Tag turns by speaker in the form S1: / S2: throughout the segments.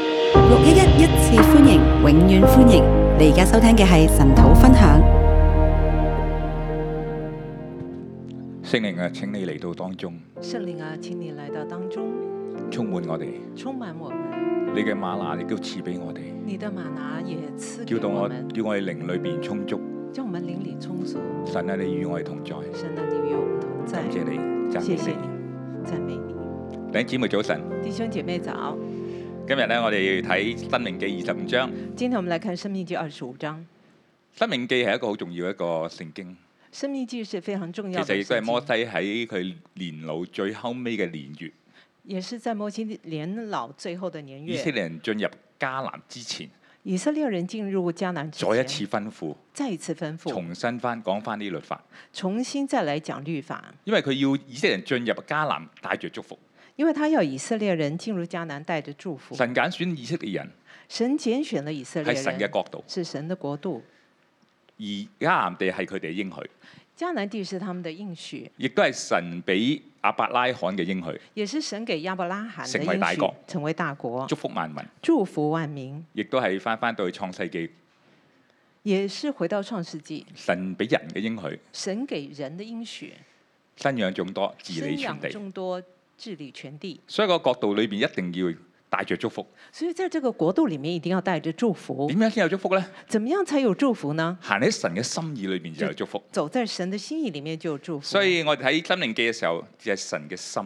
S1: 一一一次歡迎，永遠歡迎！你而家收聽嘅係神土分享。
S2: 聖靈啊，請你嚟到當中，
S3: 圣灵啊，请你来到当中，
S2: 充滿我哋。
S3: 充满我们，
S2: 你嘅馬拿亦都賜俾我哋，
S3: 你的马拿也赐给
S2: 叫到
S3: 我
S2: 我
S3: 们，
S2: 叫我哋靈裏邊充足。
S3: 叫我们邻里充足。
S2: 神啊，你與我哋同在，
S3: 神啊，你与我们同在
S2: 感，謝你，讚美
S3: 謝謝
S2: 你。
S3: 赞美你。
S2: 弟兄姊妹早晨，
S3: 弟兄姐妹早，
S2: 今日咧我哋睇《申命記》二十五章。《
S3: 今天我们来看《生命记》二十五章，《
S2: 申命記》係一個好重要一個聖經，
S3: 生命记》是非常重
S2: 其
S3: 要的
S2: 實亦
S3: 聖
S2: 都係
S3: 經，
S2: 摩西喺佢年老最後尾嘅年月，
S3: 也是在摩西年老最后的年
S2: 以色
S3: 月，
S2: 列人進入迦南之前，
S3: 以色列人进入迦南之
S2: 再一次
S3: 前
S2: 吩咐，
S3: 再一次吩咐，
S2: 重新翻講翻呢律法，
S3: 重新再来讲律法，
S2: 因為佢要以色列人進入迦南帶住祝福。
S3: 因为他要以色列人进入迦南带着祝福。
S2: 神揀選以色列人
S3: 神拣选了以色列
S2: 係神嘅
S3: 人，
S2: 國度，
S3: 是神的国度。
S2: 而迦南地係佢哋嘅應許，
S3: 迦南地是他们的应许，
S2: 亦都係神俾阿伯拉罕嘅應許，
S3: 也是神给亚伯拉罕的
S2: 成
S3: 应
S2: 为
S3: 许，
S2: 大国
S3: 成为大国，
S2: 祝福萬民，
S3: 祝福万民，
S2: 亦都係翻翻到去創世記
S3: 也是回到创世纪，
S2: 神俾人嘅應許，
S3: 神给人的应许，
S2: 生養眾多，治理
S3: 生
S2: 全
S3: 养
S2: 地。
S3: 众多，治理全地。
S2: 所以個角度裏邊一定要帶着祝福。
S3: 所以在这个国度里面，一定要带着祝福
S2: 點。樣先有祝福呢？
S3: 怎么样才有祝福呢？
S2: 行喺神嘅心意裏邊就有祝福。
S3: 走在神的心意里面就有祝福。
S2: 所，以我哋睇《生命記》嘅時候，就係神嘅心，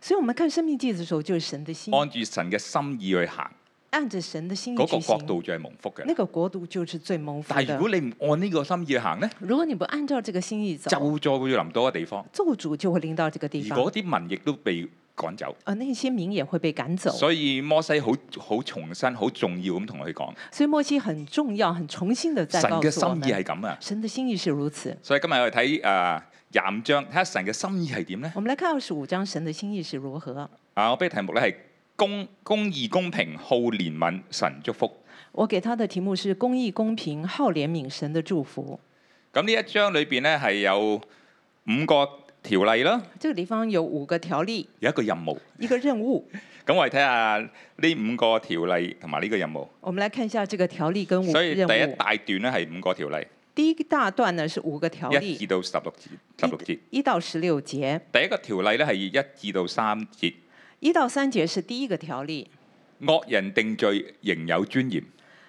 S3: 所以我们看《生命记》的时候，就是神的心，
S2: 按住神嘅心意去行，
S3: 按着神的心意
S2: 嗰
S3: 去
S2: 個角
S3: 行。
S2: 度就係蒙福嘅
S3: 那。個國度就是最蒙福
S2: 但係如果。
S3: 的
S2: 你唔按呢個心意去行呢，
S3: 如果你不按照这个心意
S2: 咒
S3: 走，
S2: 詛會臨到嘅地方，
S3: 咒主就會臨到这个
S2: 而
S3: 地方
S2: 嗰，啲民亦都被趕走。
S3: 而那些民也会被赶走。
S2: 所以摩西好好重新、好重要咁同佢講，
S3: 所以摩西很重要，很重新的再
S2: 神
S3: 告
S2: 嘅
S3: 訴我
S2: 心意係
S3: 们，
S2: 咁啊。
S3: 神的心意是如此。
S2: 所以今日我哋睇誒廿五章，睇下神嘅心意係點呢？
S3: 我们来看二十五章，神的心意是如何。
S2: 啊，我俾題目咧係公公義、公平、好憐憫、神祝福。
S3: 我給他的題目是“公義、公平、好憐憫，神的祝福
S2: 咁呢一章裏邊咧係有五個條例啦，”。
S3: 这个地方有五個條例，
S2: 有一個任務。
S3: 一個任務。
S2: 咁我哋睇下呢五個條例同埋呢個任務。
S3: 我們來看一下這個條例跟五個
S2: 所以第一
S3: 任
S2: 大
S3: 務。
S2: 段咧係五個條例，
S3: 第一大段呢是五個條
S2: 一
S3: 例
S2: 至，到十六節。十六節
S3: 一到十六節。
S2: 第一個條例咧係一至到三節，
S3: 一到三節是第一個條例，
S2: 惡人定罪仍有尊嚴。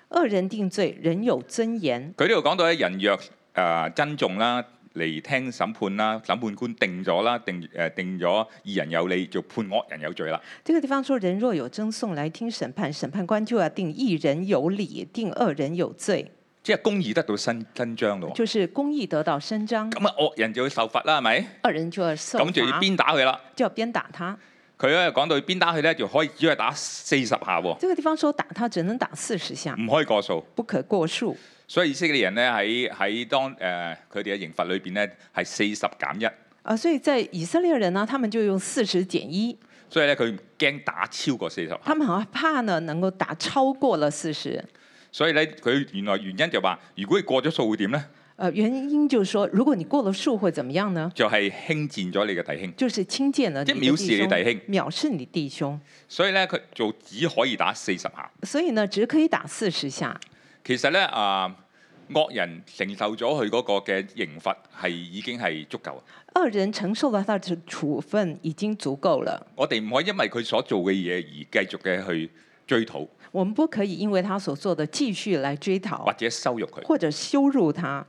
S3: 惡人定罪，人有尊嚴。
S2: 佢呢度講到咧，人若誒、呃、珍重啦，嚟聽審判啦，審判官定咗啦，定誒、呃定咗義人有理，就判惡人有罪啦。
S3: 這個地方說，人若有爭訟來聽審判，審判官就要定義人有理，定惡人有罪，
S2: 即係公義得到伸伸張咯。
S3: 就是公義得到伸張，
S2: 咁啊，惡人就要受罰啦，係咪？
S3: 惡人就要受
S2: 咁就要
S3: 罰，
S2: 鞭打佢啦。
S3: 就要鞭打他。
S2: 佢咧講到鞭打佢咧，就可以只係打四十下喎，
S3: 這個地方說打他只能打四十下，
S2: 唔可以過數。
S3: 不可過數。
S2: 所以以色列人咧喺喺當誒佢哋嘅刑罰裏邊咧係四十減一，
S3: 啊，所以在以色列人呢，他們就用四十減一，
S2: 所以咧佢驚打超過四十。
S3: 他們很怕呢能夠打超過了四十。
S2: 所以咧佢原來原因就話，如果佢過咗數會點咧？
S3: 呃，原因就是說，如果你過了數會怎麼樣呢？
S2: 就係輕賤咗你嘅弟兄。
S3: 就是輕賤了你
S2: 即係
S3: 的
S2: 藐視你弟兄
S3: 弟兄，藐視你弟兄。
S2: 所以咧佢就只可以打四十下。
S3: 所以呢，只可以打四十下。
S2: 其實咧啊，惡人承受咗佢嗰個嘅刑罰係已經係足夠。
S3: 二人承受了他的處分已經足夠了，
S2: 我哋唔可以因為佢所做嘅嘢而繼續嘅去追討
S3: 我們不可以因為他所做的繼續來追
S2: 或
S3: 討
S2: 者羞辱佢。
S3: 或者羞辱他。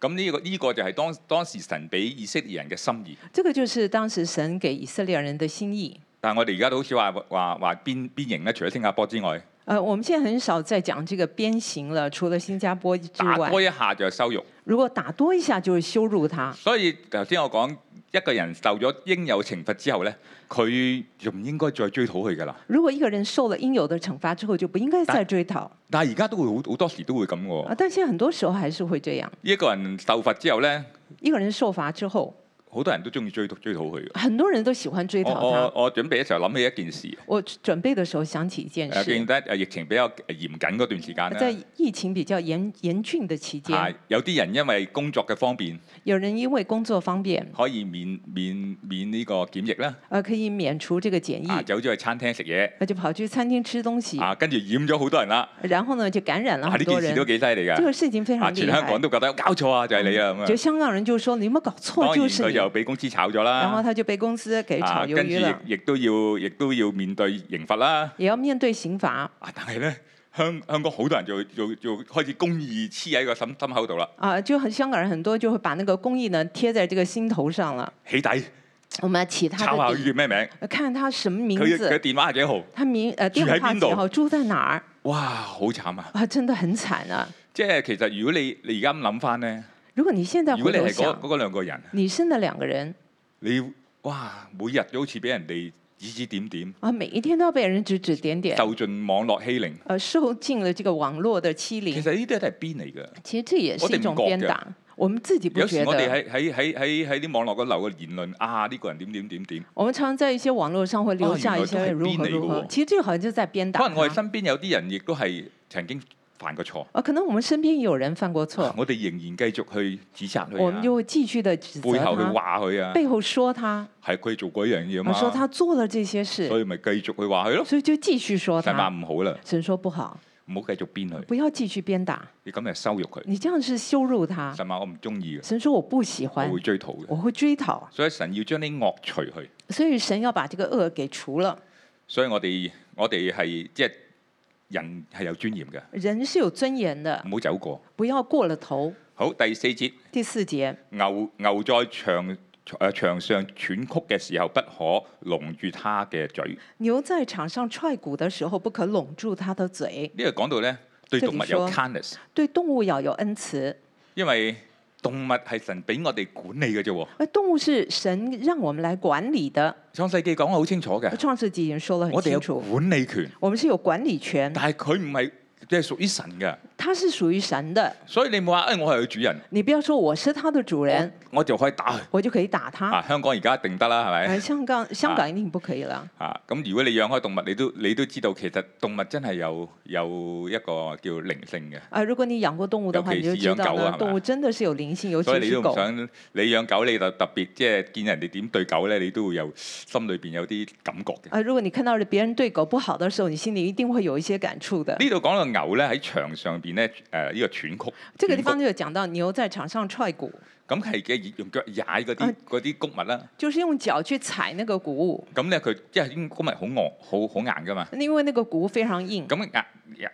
S2: 咁呢、個呢、個就係當當時神俾以色列人嘅心意。
S3: 這個就是當時神給以色列人的心意。
S2: 但係我哋而家都好少話話話邊邊形咧，除咗新加坡之外，
S3: 呃，我們現在很少在講這個鞭刑了，除了新加坡之
S2: 打
S3: 外
S2: 多，一下就係羞辱。
S3: 如果打多一下就是羞辱他。
S2: 所以頭先我講一個人受咗應有懲罰之後咧，佢就唔應該再追討佢㗎啦。
S3: 如果一個人受了應有的懲罰之後，就不應該再
S2: 但
S3: 追呃討啊。
S2: 但係而家都會好好多時都會咁嘅喎。
S3: 但現在很多時候還是會這樣，
S2: 一個人受罰之後咧，
S3: 一個人受罰之後，
S2: 好多人都中意追追討佢嘅。
S3: 很多人都喜歡追
S2: 我
S3: 討
S2: 我
S3: 他。
S2: 我準備嘅時候諗起一件事，啊
S3: 我準備的時候想起一件
S2: 誒記
S3: 事，啊
S2: 得誒疫情比較嚴謹嗰段時間
S3: 在
S2: 咧，
S3: 疫情比較嚴嚴峻的期間
S2: 係，有啲人因為工作嘅方便，
S3: 有人因為工作方便，
S2: 可以免免免呢個檢疫啦，
S3: 而可以免除這個檢
S2: 啊
S3: 疫，
S2: 走咗去餐廳食嘢，
S3: 那就跑去餐廳吃東西，
S2: 啊跟住染咗好多人啦，
S3: 然後呢就感染了
S2: 啊
S3: 很
S2: 呢
S3: 多
S2: 件
S3: 人
S2: 事都。幾犀利
S3: 這
S2: 㗎，
S3: 個事情非
S2: 啊
S3: 常
S2: 全
S3: 厲
S2: 香港
S3: 害，
S2: 都覺得搞錯啊，就係你啦咁
S3: 就
S2: 啊，
S3: 香港人就說你有沒有搞
S2: 當
S3: 錯，
S2: 然
S3: 就是
S2: 佢
S3: 你。
S2: 又俾公司炒咗
S3: 然後
S2: 啦，
S3: 他就被公司給
S2: 啊
S3: 炒魷
S2: 跟住
S3: 魚了，
S2: 亦亦都要亦都要面對刑罰啦。
S3: 也要面對刑罰
S2: 啊，但係咧，香香港好多人就就就開始公義黐喺個心心口度啦，
S3: 啊，就很香港人很多就會把那個公益呢貼在這個心頭上了。
S2: 起底
S3: 我們起他
S2: 抄下
S3: 的
S2: 佢叫咩名，
S3: 底，呃看他什麼名
S2: 佢佢
S3: 字，
S2: 電話係幾號？
S3: 他名呃
S2: 住
S3: 電
S2: 喺
S3: 話
S2: 邊度
S3: 幾號，住在哪
S2: 哇，好慘啊！
S3: 兒啊，真的很慘啊！
S2: 即係其實如果你你而家咁諗翻咧，
S3: 如果你現在
S2: 如果
S3: 回
S2: 你
S3: 頭
S2: 係嗰
S3: 想，
S2: 嗰兩個人，
S3: 你生的兩個人
S2: 你哇每日都好似俾人哋指指點點，
S3: 啊，每一天都要被人指指點點，
S2: 受盡網絡欺凌。
S3: 呃，受盡了這個網絡的
S2: 其
S3: 欺凌。
S2: 實呢啲都係邊嚟㗎？
S3: 其實這也
S2: 我
S3: 是
S2: 哋
S3: 一
S2: 唔
S3: 種
S2: 覺
S3: 鞭
S2: 嘅
S3: 打，我們自己不
S2: 有時
S3: 覺
S2: 我哋
S3: 得。
S2: 喺喺喺喺喺啲網絡嗰留嘅言論啊，呢個人點點點點。
S3: 我們常常在一些網絡上會留
S2: 啊
S3: 下
S2: 原來
S3: 一
S2: 都
S3: 些
S2: 係
S3: 如何
S2: 鞭你
S3: 如
S2: 嘅
S3: 何
S2: 喎，
S3: 其實這好啊像就在鞭打
S2: 可能我哋
S3: 他。
S2: 身邊有啲人亦都係曾經犯過錯。
S3: 啊，可能我們身邊有人犯過錯，
S2: 我哋仍然繼續去指責佢、啊，
S3: 我們就會繼續的指
S2: 背後去
S3: 責
S2: 話佢啊
S3: 他，，背後說他，
S2: 係佢做嗰樣嘢嘛，
S3: 啊說他做了這些事，
S2: 所以咪繼續去話佢咯。
S3: 所以就繼續說
S2: 神話
S3: 他。
S2: 唔好啦，
S3: 神說不好，
S2: 唔好繼續鞭佢，
S3: 不要繼續鞭打，
S2: 你咁就羞辱佢。
S3: 你這樣是羞辱他。
S2: 神話我唔中意嘅，
S3: 神說我不嗯喜
S2: 我會
S3: 歡，
S2: 追討嘅。
S3: 我會追討，
S2: 所以神要將啲惡除去，
S3: 所以神要把這個惡給除了。
S2: 所以我哋我哋係即係人係有尊嚴嘅，
S3: 人是有尊嚴的，
S2: 唔好走過。
S3: 不要過了頭。
S2: 好，第四節，
S3: 第四節，
S2: 牛牛在牆誒牆上喘曲嘅時候，不可籠住它嘅嘴。
S3: 牛在場上踹鼓的時候，不可籠住它的嘴。
S2: 呢個講到咧，對
S3: 即係
S2: 動物
S3: 你
S2: 有
S3: 說
S2: kindness。
S3: 對動物要有恩慈。
S2: 因為動物係神俾我哋管理嘅啫喎。
S3: 而哎動物是神讓我們來管理的，
S2: 創世記講得好清楚嘅，
S3: 創世紀已經說得很
S2: 我哋
S3: 清
S2: 有
S3: 楚，
S2: 管理權，
S3: 我們是有管理權，
S2: 但係佢唔係即係屬於神嘅，
S3: 它是屬於神的。
S2: 所以你冇話誒我係佢主人，
S3: 你不要說我是它的主人，
S2: 我就可以打佢。
S3: 我就可以打它。
S2: 啊，香港而家一定得啦，係
S3: 哎，
S2: 咪？
S3: 香港香港一定不可以了。
S2: 啊，咁如果你養開動物，你都你都知道，其實動物真係有有一個叫靈性嘅，
S3: 啊，如果你養過動物的話，
S2: 尤
S3: 你
S2: 其
S3: 就是知
S2: 養
S3: 道
S2: 狗啊
S3: 呢，
S2: 嘛
S3: 動物真的是有靈性，尤其
S2: 所以你
S3: 是
S2: 都唔
S3: 狗。
S2: 想你養狗，你就特別即係見人哋點對狗咧，你都會有心裏邊有啲感覺嘅。
S3: 啊，如果你看到別人對狗不好的時候，你心裡一定會有一些感觸的。
S2: 呢度講到牛咧喺牆上邊咧誒呢個喘曲，
S3: 這個
S2: 喘曲
S3: 地方就有講到牛在場上踹鼓，
S2: 咁係嘅，用腳踩嗰啲
S3: 啊
S2: 嗰啲谷物啦。
S3: 就是用腳去踩那個谷物，
S2: 咁咧佢因為啲谷物好硬，好好硬噶嘛。
S3: 因為那個谷物非常硬。
S2: 咁硬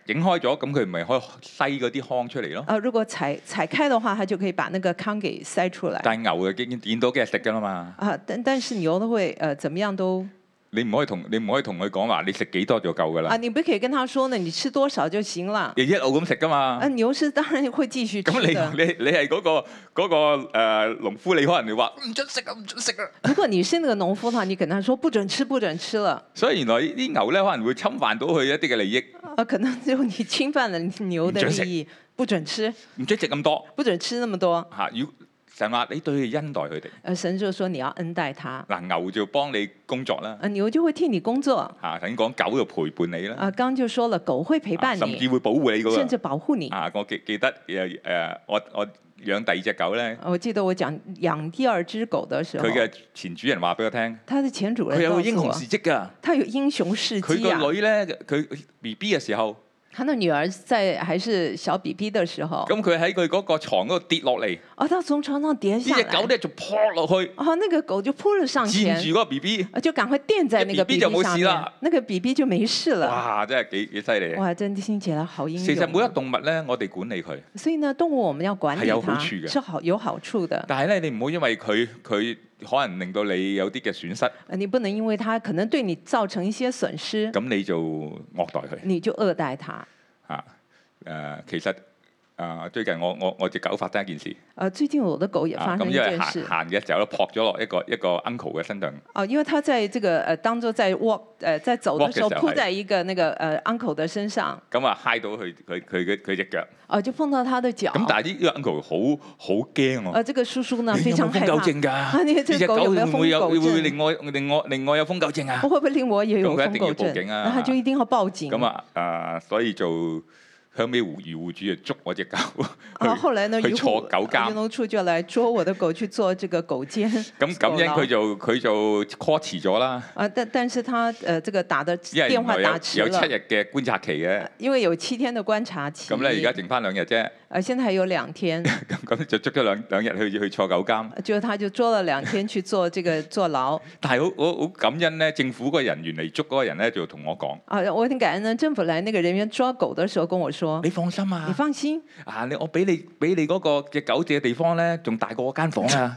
S2: 影開咗，咁佢咪可以篩嗰啲糠出嚟咯。
S3: 啊，如果踩踩開的話，它就可以把那個糠給塞出來。
S2: 但係牛嘅見見到嘅食噶啦嘛，
S3: 啊，但但是牛都會呃怎麼樣都
S2: 你唔可以同你唔可以同佢講話，你食幾多就夠噶
S3: 啊，
S2: 啦。
S3: 你不可以跟他說呢，你吃多少就行了。
S2: 你一路咁食噶嘛
S3: 啊，。牛是當然會繼續
S2: 咁你
S3: 吃的。
S2: 你你係嗰個嗰個誒農夫，你可能你話唔准食啊，唔准食啊。
S3: 如果你是那個農夫的話，你跟他說不准吃，不准吃了，
S2: 所以原來啲牛咧可能會侵犯到佢一啲嘅利益，
S3: 啊，可能就你侵犯了牛
S2: 不
S3: 的
S2: 准吃
S3: 利益，不准吃，
S2: 唔准食咁多
S3: 不准吃那麼多。
S2: 嚇。要神話你對佢恩待佢哋
S3: 呃，神就說你要恩待他，
S2: 嗱，牛就幫你工作啦。
S3: 啊，牛就會替你工作。
S2: 啊，頭先講狗就陪伴你啦，
S3: 啊，剛就說了，狗會陪
S2: 啊
S3: 伴
S2: 甚至
S3: 你，
S2: 會保護你
S3: 甚
S2: 嗰
S3: 至
S2: 個。
S3: 保護你。
S2: 啊，我記記得誒誒，我我養第二隻狗咧，
S3: 啊我記得我講養第二隻狗的時候
S2: 佢，嘅前主人話俾我聽，
S3: 他的前主
S2: 佢
S3: 人
S2: 啊有個
S3: 告
S2: 英
S3: 訴
S2: 雄
S3: 我
S2: 事，蹟㗎。
S3: 他有英雄事
S2: 佢
S3: 蹟啊。
S2: 個女咧，佢 B B 嘅時候，
S3: 他的女兒在還是小 BB 的時候，
S2: 咁佢喺佢嗰個床嗰度跌落嚟，呢
S3: 哦，他從床上跌下
S2: 隻
S3: 來，
S2: 狗咧就撲落去，
S3: 哦，那個狗就撲了上
S2: 佔
S3: 前，
S2: 住嗰個 B B，
S3: 啊就趕快墊在那
S2: BB
S3: 個 BB
S2: 就
S3: 上
S2: 冇事啦
S3: 面，那個 BB 就沒事了。
S2: 哇！真係幾幾犀利。
S3: 哇，真的聽起來好英
S2: 其實每一
S3: 勇。啊
S2: 個動物咧，我哋管理佢，
S3: 所以呢，動物我們要管
S2: 係
S3: 理
S2: 有好
S3: 它，
S2: 處嘅
S3: 是好有好處的。
S2: 但係咧你唔好因為佢佢可能令到你有啲嘅損失，
S3: 呃你不能因為它可能對你造成一些損失，
S2: 咁你就惡待佢。
S3: 你就惡待它。
S2: 啊誒、其實誒、啊，最近我我我只狗發生一件事，
S3: 呃，最近我的狗也
S2: 啊
S3: 发
S2: 咁
S3: 生一
S2: 因為
S3: 件
S2: 行
S3: 事，
S2: 行嘅時候咧，撲咗落一個一個 uncle 嘅身上，
S3: 哦，因为它在这个呃，当做在 walk 呃在走
S2: walk
S3: 的
S2: 嘅
S3: 时候
S2: 时候哎
S3: 扑
S2: 系
S3: 在一个那个呃 uncle 的身上，
S2: 咁啊揩到佢佢佢佢佢只腳。
S3: 哦，就碰到他的脚。
S2: 咁但係呢個 uncle 好好驚喎。
S3: 呃，这个叔叔呢
S2: 你
S3: 非
S2: 有
S3: 常
S2: 冇
S3: 害
S2: 瘋
S3: 怕
S2: 狗，症啊 㗎？
S3: 你
S2: 呢
S3: 嘅隻
S2: 只
S3: 狗
S2: 狗
S3: 有
S2: 會
S3: 冇
S2: 唔會有
S3: 瘋狗
S2: 會
S3: 症
S2: 唔會另外另外另外有瘋狗症啊
S3: 会？不会令我也有
S2: 咁佢一
S3: 疯
S2: 定
S3: 狗
S2: 要
S3: 症
S2: 報？警啊
S3: 那他就一定要报警。
S2: 咁啊啊，所以就後尾護漁護主就捉我只狗 去
S3: 啊，後來呢，
S2: 去
S3: 漁
S2: 坐
S3: 護
S2: 狗監。
S3: 漁。農處就來捉我的狗去做這個狗监
S2: 咁咁樣佢就佢就 call 遲咗啦，
S3: 啊，但但是他呃這個打的
S2: 因為
S3: 電
S2: 原
S3: 話
S2: 來有
S3: 打遲
S2: 有七
S3: 了，
S2: 日嘅觀察期嘅，
S3: 因為有七天的觀察期。
S2: 咁咧而家剩翻兩日 啫，
S3: 呃現在還有兩天，
S2: 咁咁就捉咗兩兩日去去坐狗監。
S3: 就他就捉了兩天去做這個坐牢。
S2: 但係好好好感恩咧，政府嗰個人員嚟捉嗰個人咧就同我講：
S3: 啊，我很感恩呢，政府來那個人員抓狗的時候跟我說
S2: 你。放心
S3: 你
S2: 啊，
S3: 放心，
S2: 啊你我俾你俾你嗰個只狗隻嘅地方咧，仲大過我間房啊！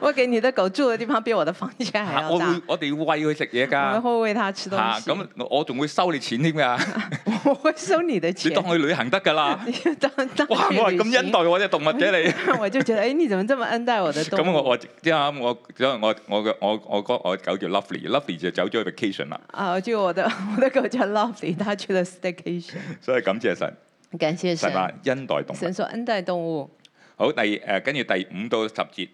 S3: 我給你的狗住的地方比我的房間還
S2: 啊
S3: 要
S2: 我
S3: 大
S2: 會，我哋會餵佢食嘢
S3: 我們
S2: 㗎。
S3: 會餵它吃東
S2: 嚇！
S3: 西，
S2: 咁我我仲會收你錢添㗎，
S3: 我會收你的
S2: 你
S3: 錢
S2: 當。去旅行得㗎啦。
S3: 你當當
S2: 哇！我係
S3: 去旅
S2: 咁恩
S3: 行
S2: 待我只動物嘅你。
S3: 我就覺得，哎，你怎麼這麼恩待我的動物？
S2: 咁我我即係啱我因為我我嘅我我嗰我狗叫 Lovely，Lovely 就走咗去 vacation à. 啦，
S3: 啊，就我的我的狗叫 Lovely，它去了 staycation。
S2: 所以感謝神，
S3: 感謝
S2: 神
S3: 神，
S2: 話恩待動物。
S3: 神說恩待動物。
S2: 好，第誒跟住第五到十節，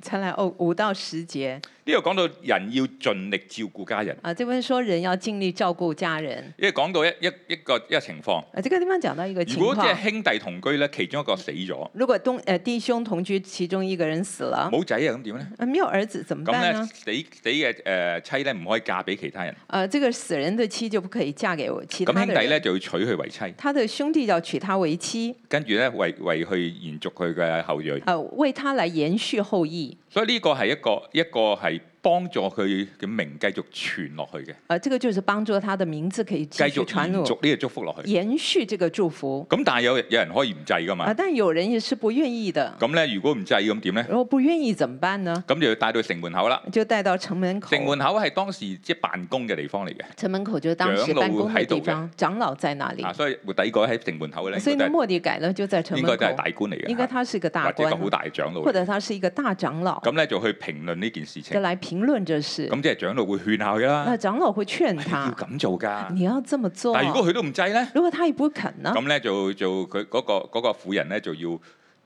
S3: 才來哦，五到十節
S2: 呢度講到人要盡力照顧家人，
S3: 啊，這邊說人要盡力照顧家人
S2: 因為講到一一一個一個情況，
S3: 啊。這個地方講到一個情
S2: 如果即
S3: 況，
S2: 係兄弟同居咧，其中一個死咗，
S3: 如果東呃弟兄同居其中一個人死了，
S2: 冇仔啊咁點咧？
S3: 呃沒有兒子怎麼
S2: 咁
S3: 辦
S2: 咧
S3: 呢？
S2: 死死嘅誒妻咧唔可以嫁俾其他人，
S3: 呃，這個死人的妻就不可以嫁給我其
S2: 咁
S3: 他
S2: 兄
S3: 的
S2: 弟咧
S3: 人，
S2: 就要娶佢為妻，
S3: 他的兄弟要娶她為妻，
S2: 跟住咧為為去延續佢嘅後裔。
S3: 呃，為他來延續後裔。
S2: 所以呢個係一個一個係幫助佢嘅名繼續傳落去嘅，
S3: 呃，這個就是幫助他的名字可以繼
S2: 繼續
S3: 續傳
S2: 延
S3: 入。
S2: 續呢個祝福落去。
S3: 延續這個祝福
S2: 咁但係有有人可以唔制㗎
S3: 啊，
S2: 嘛？
S3: 但有人也是不願 意的。
S2: 咁咧如果唔制咁點咧？
S3: 如果不願意怎麼辦呢？
S2: 咁就要帶到城門口啦。
S3: 就帶到城門口。
S2: 城門口係當時即係辦公嘅地方嚟嘅，
S3: 城門口就是當時辦公的地方，長老在那
S2: 啊，
S3: 裡，
S2: 所以末底改喺城門口咧，
S3: 所以
S2: 應
S3: 呢，
S2: 該都
S3: 末底改呢就在
S2: 係
S3: 城
S2: 應該
S3: 門
S2: 都
S3: 口
S2: 係，大官嚟嘅，
S3: 應該他是一個大
S2: 或者一
S3: 官啊
S2: 個，好大嘅長老
S3: 或
S2: 嚟。
S3: 者他是一個大長老，
S2: 咁咧就去評論呢件事
S3: 就
S2: 情。
S3: 來評論這事。
S2: 咁即係長老會勸下佢
S3: 那
S2: 啦，哎
S3: 長老會勸
S2: 要
S3: 他，
S2: 咁做㗎。
S3: 啊你要啊這麼做
S2: 但。係如果佢都唔制咧，
S3: 如果他也不肯呢？
S2: 咁咧就就佢嗰個嗰個婦人咧就要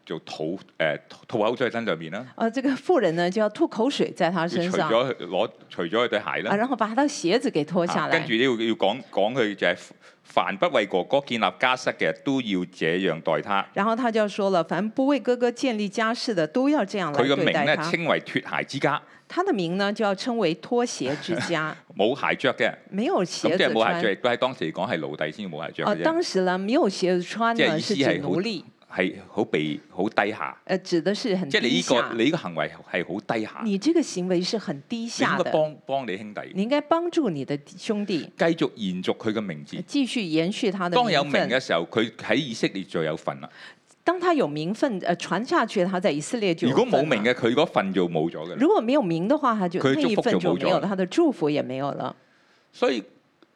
S2: 就吐誒吐口水喺身上面啦。
S3: 呃，這個婦人呢就要吐口水在他
S2: 要
S3: 身
S2: 除
S3: 上
S2: 咗佢攞除咗佢對鞋
S3: 啊，
S2: 啦，
S3: 然後把他的鞋子給脫下
S2: 啊跟
S3: 來
S2: 住。呢要要講講佢就係凡不為哥哥建立家室嘅，都要這樣待他。
S3: 然後他就說了，凡不為哥哥建立家室的，都要這樣
S2: 佢
S3: 來
S2: 個
S3: 對
S2: 名
S3: 待
S2: 咧
S3: 他。
S2: 稱為脱鞋之家，
S3: 他的名呢就要稱為脫鞋之 家，
S2: 冇鞋着嘅，
S3: 沒有
S2: 咁
S3: 鞋
S2: 即係
S3: 子
S2: 冇鞋
S3: 穿。
S2: 着，亦都喺當時嚟講係奴隸先冇鞋着
S3: 呃，
S2: 嘅啫，
S3: 當時呢，沒有鞋子穿
S2: 即係
S3: 呢
S2: 意思
S3: 是指
S2: 係好
S3: 奴隸，
S2: 係好被好低下。
S3: 呃，指的是很
S2: 即係你
S3: 低
S2: 呢個
S3: 下。
S2: 你呢個行為係好低下，你
S3: 你這個行為是很低下
S2: 應該
S3: 的，
S2: 幫幫你兄弟
S3: 你應該幫助你的兄弟
S2: 繼續延續佢嘅名字。
S3: 繼續延續他的
S2: 當有
S3: 名
S2: 名
S3: 分。
S2: 嘅時候，佢喺以色列就有份啦。
S3: 當他有名分，呃，傳下去，他在以色列就
S2: 如
S3: 有
S2: 果冇
S3: 份了
S2: 名嘅，佢嗰份就冇咗嘅啦。
S3: 如果沒有名的話，他就
S2: 佢
S3: 那
S2: 祝
S3: 一
S2: 福
S3: 份
S2: 就
S3: 就
S2: 冇
S3: 沒
S2: 咗
S3: 有
S2: 了
S3: 了，他的祝福也沒有了。
S2: 所以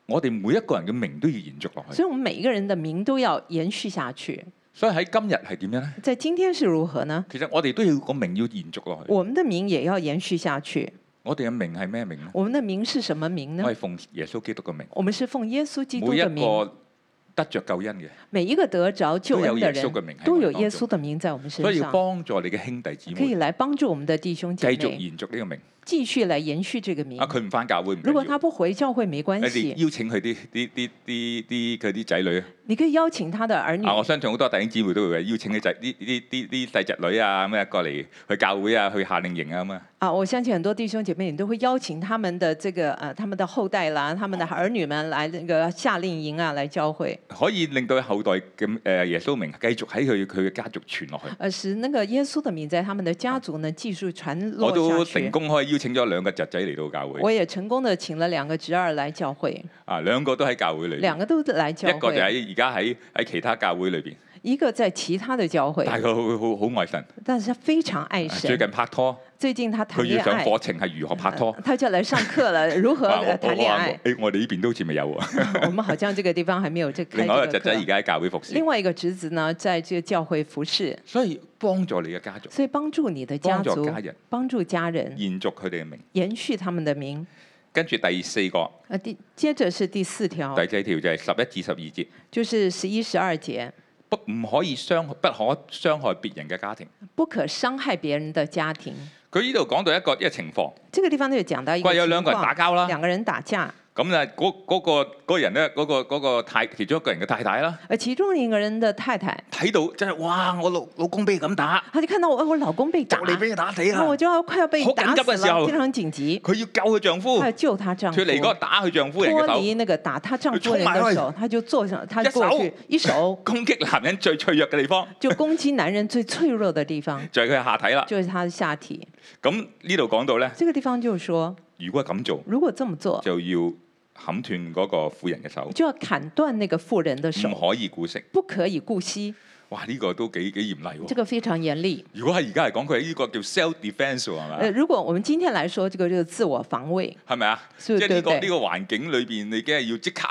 S2: 我哋每一個人嘅名都要延續落去。
S3: 所以，我們每一個人的名都要延續下去。
S2: 所以喺今日係點樣呢？
S3: 在今天是如何呢？
S2: 其實我哋都要個名要延續落去。
S3: 我們的名也要延續下去。
S2: 我哋嘅名係咩名咧？
S3: 我們的名是什麼名呢
S2: 我？係奉耶穌基督嘅名。
S3: 我們是奉耶穌基督
S2: 哎每
S3: 的
S2: 一
S3: 名，
S2: 個得着救恩嘅，
S3: 每一個得着救恩的
S2: 都有耶穌的名
S3: 人
S2: 喺我
S3: 都
S2: 們
S3: 有
S2: 當
S3: 耶
S2: 中
S3: 穌的名在我們身
S2: 所以要
S3: 上，
S2: 幫助你嘅兄弟姊
S3: 可以
S2: 妹
S3: 來幫助我們的弟兄
S2: 繼
S3: 姐
S2: 續
S3: 妹
S2: 延續呢個名。
S3: 繼續來延續這個名
S2: 啊，。佢唔翻教會唔
S3: 嗯如果
S2: 緊要，
S3: 他不回教會沒關
S2: 你哋
S3: 係，
S2: 邀請佢啲啲啲啲啲佢啲仔女
S3: 你可以邀請他的兒女
S2: 啊！。我相信好多弟兄姊妹都會嘅邀請啲仔啲啲啲啲細侄女啊咩過嚟去教會啊，去夏令營啊咁啊。
S3: 啊，我相信很多弟兄姐妹，你都會邀請他們的這個呃，他們的後代啦，他們的兒女們來那個夏令營啊，來教會，
S2: 可以令到佢後代嘅誒耶穌名繼續喺佢佢嘅家族傳落去。
S3: 呃，使那個耶穌的名在他們的家族呢繼續傳
S2: 我
S3: 落
S2: 都
S3: 下
S2: 成
S3: 去。
S2: 功可以邀請咗兩個侄仔嚟到教會，
S3: 我也成功的請了兩個侄兒來教會，
S2: 啊兩個都喺教會裏邊，
S3: 兩個都來教
S2: 一個就
S3: 會，
S2: 喺而家喺喺其他教會裏邊，
S3: 一个在其他的教会，
S2: 但係佢好好好愛神。
S3: 但是他非常爱
S2: 啊最
S3: 神。
S2: 近拍拖，
S3: 最近他
S2: 佢
S3: 谈
S2: 要
S3: 恋
S2: 上
S3: 愛，
S2: 課程係如何拍拖。
S3: 他就来上课 了，如何
S2: 哇我
S3: 呃
S2: 我
S3: 谈
S2: 我
S3: 恋
S2: 話
S3: 爱？
S2: 誒，我哋呢邊都好似未有喎。
S3: 我们好像这个地方还没有这开
S2: 另外一個
S3: 这
S2: 侄
S3: 个
S2: 仔而
S3: 课。啊
S2: 家喺教會服侍
S3: 另，外一个侄子呢，在这个教会服侍，
S2: 所以幫助你嘅家族，
S3: 所以帮助你的家
S2: 幫助
S3: 族，
S2: 家人，
S3: 帮助家人，
S2: 延續佢哋嘅名。
S3: 延续他们的名。
S2: 跟住第四個，
S3: 呃，第接着是第四条，
S2: 第四條就係十一至十二節，
S3: 就是十一、十二节，
S2: 不唔可以傷，不可傷害別人嘅家庭。
S3: 不可伤害别人的家庭。
S2: 佢呢度講到一個一個情況，
S3: 这个地方就讲到一
S2: 佢話
S3: 个
S2: 有兩
S3: 情
S2: 個人打
S3: 况，
S2: 交啦，
S3: 两个人打架，
S2: 咁咧嗰嗰個嗰個人咧，嗰、個嗰、個太其中一個人嘅太太啦，
S3: 而其中一个人的太太，
S2: 睇到真係哇！我老老公俾佢咁打，
S3: 她就看到我，哎我老公被
S2: 就
S3: 打，
S2: 嚟俾佢打死
S3: 那我
S2: 啦！
S3: 就要快要被
S2: 好緊
S3: 打
S2: 急啊
S3: 死
S2: 嘅時
S3: 了，
S2: 候
S3: 非常紧急，
S2: 佢要救佢丈夫
S3: 她，要救她丈
S2: 脱。
S3: 夫
S2: 哦離嗰個打佢丈夫人嘅
S3: 脱离
S2: 手，
S3: 那个打她丈夫人的
S2: 就冲
S3: 手，
S2: 埋
S3: 她就坐上，她
S2: 一手
S3: 过去一手
S2: 攻擊男人最脆弱嘅地方
S3: 就攻擊男人最脆弱的地方，
S2: 就係佢嘅下體啦。
S3: 就是他的下體。
S2: 咁呢度講到咧，
S3: 这个地方就是说，
S2: 如果咁做
S3: 如果这么做，
S2: 就要冚斷嗰個婦人嘅手，
S3: 就要砍斷那个婦人的手，
S2: 唔可以姑息。
S3: 不可以顧惜。
S2: 哇！呢、個都幾幾嚴厲喎。
S3: 这个非常嚴厲。
S2: 如果係而家嚟講，佢係呢個叫 self defense 喎，係咪
S3: 呃，
S2: 啊？
S3: 如果我们今天来說，這个就是自我防衛。
S2: 係咪啊？即
S3: 是
S2: 係呢個
S3: 對對
S2: 呢個環境裏邊，你梗係要即刻。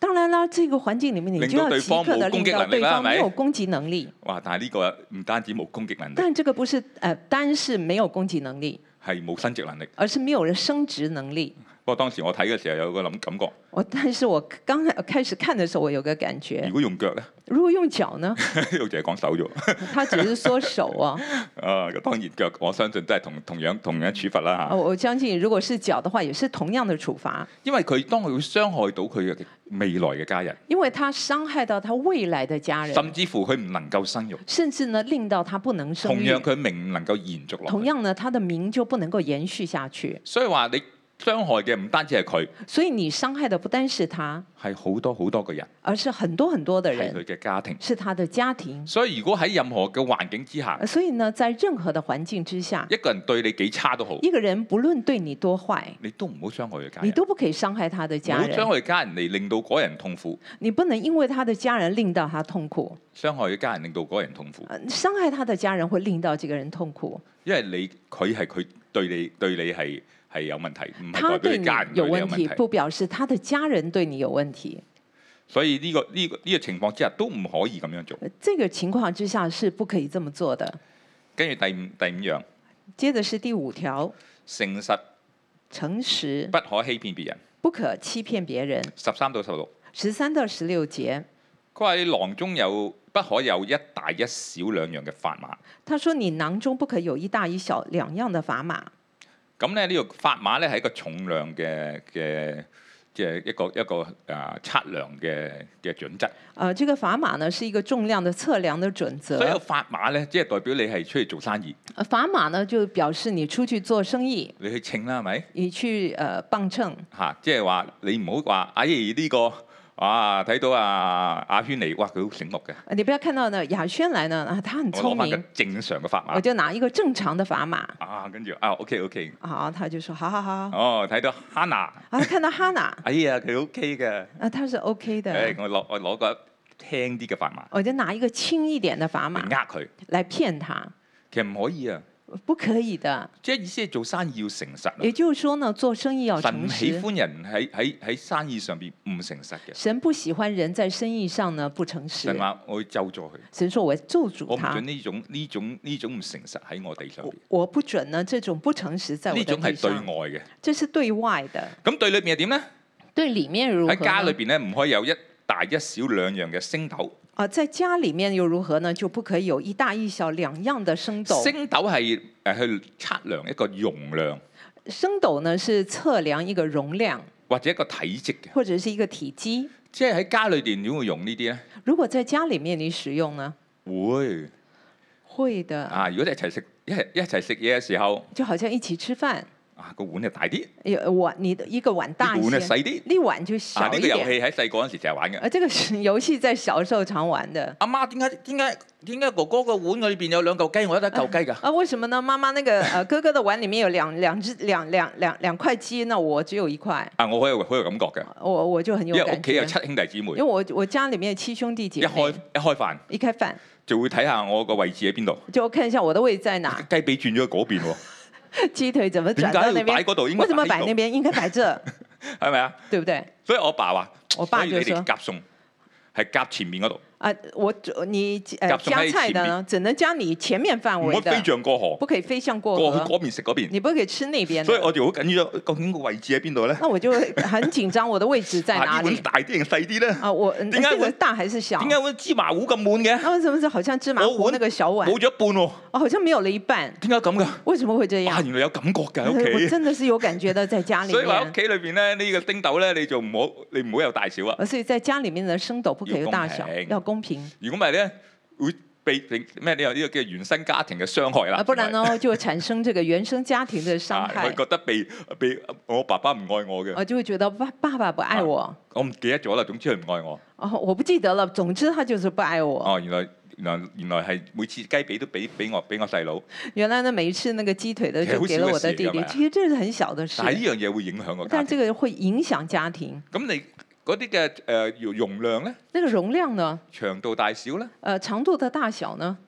S3: 当然啦，这个環境里面，你
S2: 令
S3: 就
S2: 到
S3: 要
S2: 對
S3: 即
S2: 方
S3: 刻的
S2: 冇攻
S3: 令
S2: 擊
S3: 到
S2: 能力
S3: 對
S2: 啦
S3: 方
S2: 係咪
S3: 沒有攻擊能力。
S2: 哇！但係呢個唔單止冇攻擊能力，
S3: 但這個不是呃，單是沒有攻擊能力，
S2: 係冇生殖能力。
S3: 而是沒有人升職能力。
S2: 不過當時我睇嘅時候有個諗感覺，
S3: 我但是我剛開始看的時候，我有個感覺
S2: 如，果用 腳咧，
S3: 如果用腳呢，
S2: 呢度就係講手啫喎。
S3: 他只是說手啊，
S2: 啊，當然腳我相信都係同同樣同樣處罰啦嚇。
S3: 呃我相信如果是腳的話，也是同樣的處罰，
S2: 因為佢當佢會傷害到佢嘅未來嘅家人，
S3: 因為他傷害到他未來的家人，
S2: 甚至乎佢唔能夠生育，
S3: 甚至呢令到他不能生
S2: 同
S3: 育
S2: 樣，佢命唔能夠延續落
S3: 同
S2: 去。
S3: 樣呢他的名就不能夠延續下去。
S2: 所以話你傷害嘅唔單止係佢，
S3: 所以你傷害的不單是他，
S2: 係好多好多個人，
S3: 而是很多很多的
S2: 係
S3: 人，
S2: 佢嘅家庭。
S3: 是他的家庭。
S2: 所以如果喺任何嘅環境之下
S3: 呃，所以呢，在任何的環境之下，
S2: 一個人對你幾差都好，
S3: 一個人不論對你多壞，
S2: 你都唔好傷害佢嘅家
S3: 你
S2: 人。
S3: 都不可以傷害他的
S2: 唔
S3: 家
S2: 好將
S3: 人，
S2: 佢家人嚟令到嗰人痛苦，
S3: 你不能因為他的家人令到他痛苦，
S2: 傷害佢家人令到嗰人痛苦，
S3: 呃傷害他的家人会令到這個人痛苦。
S2: 因為你佢係佢對你對你係係有問題，唔係
S3: 他
S2: 代表
S3: 對
S2: 你
S3: 你
S2: 家人對
S3: 有
S2: 你有
S3: 問題，
S2: 問題。
S3: 不表示他的家人對你有問題。
S2: 所以呢、個呢、個呢、個情況之下都唔可以咁樣做。
S3: 呃這個情況之下是不可以這麼做的。
S2: 跟住第五第五樣，
S3: 接着是第五條，
S2: 誠實
S3: 誠實，
S2: 不可欺騙別人。
S3: 不可欺騙別人。
S2: 十三到十六，
S3: 十三到十六節，
S2: 佢話你囊中有不可有一大一小兩樣嘅法碼。
S3: 他說：你囊中不可有一大一小兩樣的砝碼。
S2: 咁咧呢個法碼咧係一個重量嘅嘅即係一個一個啊測量嘅嘅準則。
S3: 呃，這個砝碼呢是一個重量的測量的準則
S2: 所。以法碼咧，即係代表你係出去做生意，
S3: 呃砝碼呢就表示你出去做生意，
S2: 你去稱啦，係咪？
S3: 你去呃磅秤，
S2: 嚇、即係話你唔好話，哎呢、個啊睇到啊阿軒嚟，哇佢好醒目嘅，
S3: 呃你不要看到呢雅轩來呢啊，他很
S2: 我
S3: 聰
S2: 攞翻個
S3: 明，
S2: 正常嘅法
S3: 我
S2: 碼
S3: 就拿一個正常的砝碼。
S2: 啊，跟住啊 OK OK，
S3: 好，他就說好好好。
S2: 哦睇到 Hanna，
S3: 啊，看到哈娜，
S2: 哎呀佢 à, OK 嘅，
S3: 啊，他是 OK
S2: 誒、
S3: 的，
S2: 我攞我攞個輕啲嘅法碼
S3: 我就拿一個輕一點的砝
S2: 嚟
S3: 碼
S2: 呃佢，
S3: 來騙他，
S2: 其實唔可以啊，
S3: 不可以的。
S2: 即係意思係做生意要誠實啊
S3: 也就是說呢，做生意要
S2: 神
S3: 誠
S2: 唔喜
S3: 實，
S2: 歡人喺喺喺生意上邊唔誠實嘅，
S3: 神不喜歡人在生意上呢不誠
S2: 神
S3: 實。
S2: 話我會咒咗佢，
S3: 神說：“我咒
S2: 我
S3: 詛
S2: 唔
S3: 他
S2: 准，呢種呢種呢種唔誠實喺我哋上邊
S3: 我。我不准呢這種不誠實在我
S2: 呢
S3: 的
S2: 種
S3: 地
S2: 係對
S3: 上。
S2: 外嘅。”
S3: 這是對外的，
S2: 咁對裏面係點呢？
S3: 對裡面如何
S2: 喺家裏
S3: 呢？
S2: 邊咧，唔可以有一大一小兩樣嘅星斗。
S3: 啊，在家裡面又如何呢？就不可以有一大一小兩樣的升斗。
S2: 星斗係誒去測量一個容量
S3: 升斗呢是測量一個容量
S2: 或者一個體積嘅。
S3: 或者是一個體積。
S2: 即係喺家裏邊點會用呢啲呢？
S3: 如果在家裡面你使用呢？
S2: 會
S3: 会的，
S2: 啊啊！如果你一齊食一一齊食嘢嘅時候，
S3: 就好像一起吃饭，
S2: 啊個碗就大啲，
S3: 有碗你的一个碗
S2: 呢
S3: 大
S2: 個
S3: 一
S2: 碗就
S3: 些，
S2: 細啲。
S3: 那碗就
S2: 啊，
S3: 小
S2: 呢
S3: 一
S2: 個遊
S3: 点。
S2: 戲喺細個嗰陣時成日玩嘅。
S3: 呃，這個是 游戏在小時候常玩的。
S2: 阿媽點解點解點解哥哥個碗裏邊有兩嚿雞，我得一嚿雞㗎？
S3: 啊，为什么呢？妈妈那个 呃，哥哥的碗里面有两两只两两两两块鸡，那我只有一块，
S2: 啊，我好有好有感覺嘅，
S3: 我我就很
S2: 因為
S3: 有感
S2: 屋企
S3: 覺
S2: 有。七兄弟姊妹
S3: 因為，我我家里面有七兄弟
S2: 一
S3: 姐
S2: 開
S3: 妹，
S2: 一開飯
S3: 一開飯
S2: 就會睇下我個位置喺邊度，
S3: 就看一下我的位置在 哪，
S2: 雞髀轉咗嗰邊喎，
S3: 雞腿怎麼
S2: 點
S3: 轉
S2: 解
S3: 到
S2: 要
S3: 那
S2: 擺
S3: 邊？
S2: 嗰度？應該
S3: 為什麼擺那
S2: 呢
S3: 邊？應該擺這，
S2: 度？係咪啊？
S3: 對不對？
S2: 所以我爸話：，
S3: 我爸
S2: 所以你
S3: 就說
S2: 哋夾餸係夾前面嗰度，
S3: 啊，我你呃
S2: 夾餸
S3: 加
S2: 喺
S3: 菜的呢，只能加你前面範
S2: 唔可以
S3: 圍
S2: 飛
S3: 的，
S2: 象過河，
S3: 不可以飛向過
S2: 過去
S3: 河，
S2: 嗰邊食嗰邊。
S3: 你不可以吃那邊
S2: 所以
S3: 的。
S2: 我就好緊張，究竟個位置喺邊度咧？
S3: 那我就會很緊張，我的位置 在
S2: 啊，呢
S3: 哪
S2: 碗
S3: 裡？
S2: 大啲定細啲咧？
S3: 啊，我嗯
S2: 點解
S3: 這個
S2: 會
S3: 大還是小
S2: 點？解碗芝麻糊咁滿嘅？
S3: 那为什麼是好像芝麻
S2: 我
S3: 糊
S2: 碗
S3: 那個小碗，
S2: 冇咗一半喎，
S3: 哦，好像沒有了一半，
S2: 點解咁㗎？
S3: 為什麼會這
S2: 哇！
S3: 樣？
S2: 原來有感 覺㗎
S3: 我
S2: 喺屋企。
S3: 真的是有感覺的，在家裡
S2: 所以話屋
S3: 面。
S2: 企裏邊咧，呢、個叮豆咧，你就唔好，你唔好有大小啊！
S3: 而哦所以在家里面的升斗不可以有大小
S2: 要公，平
S3: 要公平，
S2: 如果唔係咧，會被被咩？你有呢個叫原生家庭嘅傷害啦。
S3: 啊，不然呢就會產生這個原生家庭的傷
S2: 啊，
S3: 害
S2: 佢，覺得被被我爸爸唔愛我嘅，
S3: 啊，就會覺得爸爸爸不愛我，
S2: 我唔記得咗啦。總之佢唔愛我。
S3: 哦，我不記得了，總之他就是不愛我。
S2: 哦，原來原來原來係每次雞髀都俾俾我俾我細佬，
S3: 原來呢每一次那個雞腿的
S2: 其實
S3: 就
S2: 好
S3: 給
S2: 小
S3: 了
S2: 嘅
S3: 我的
S2: 事
S3: 弟
S2: 係
S3: 弟
S2: 咪啊，
S3: 其實這是很小的事
S2: 但，係呢樣嘢會影響個家
S3: 但
S2: 庭。
S3: 這個會影響家庭。
S2: 咁你嗰啲嘅誒容容量咧，
S3: 那個容量呢，
S2: 長度大小咧，
S3: 呃，長度的大小呢，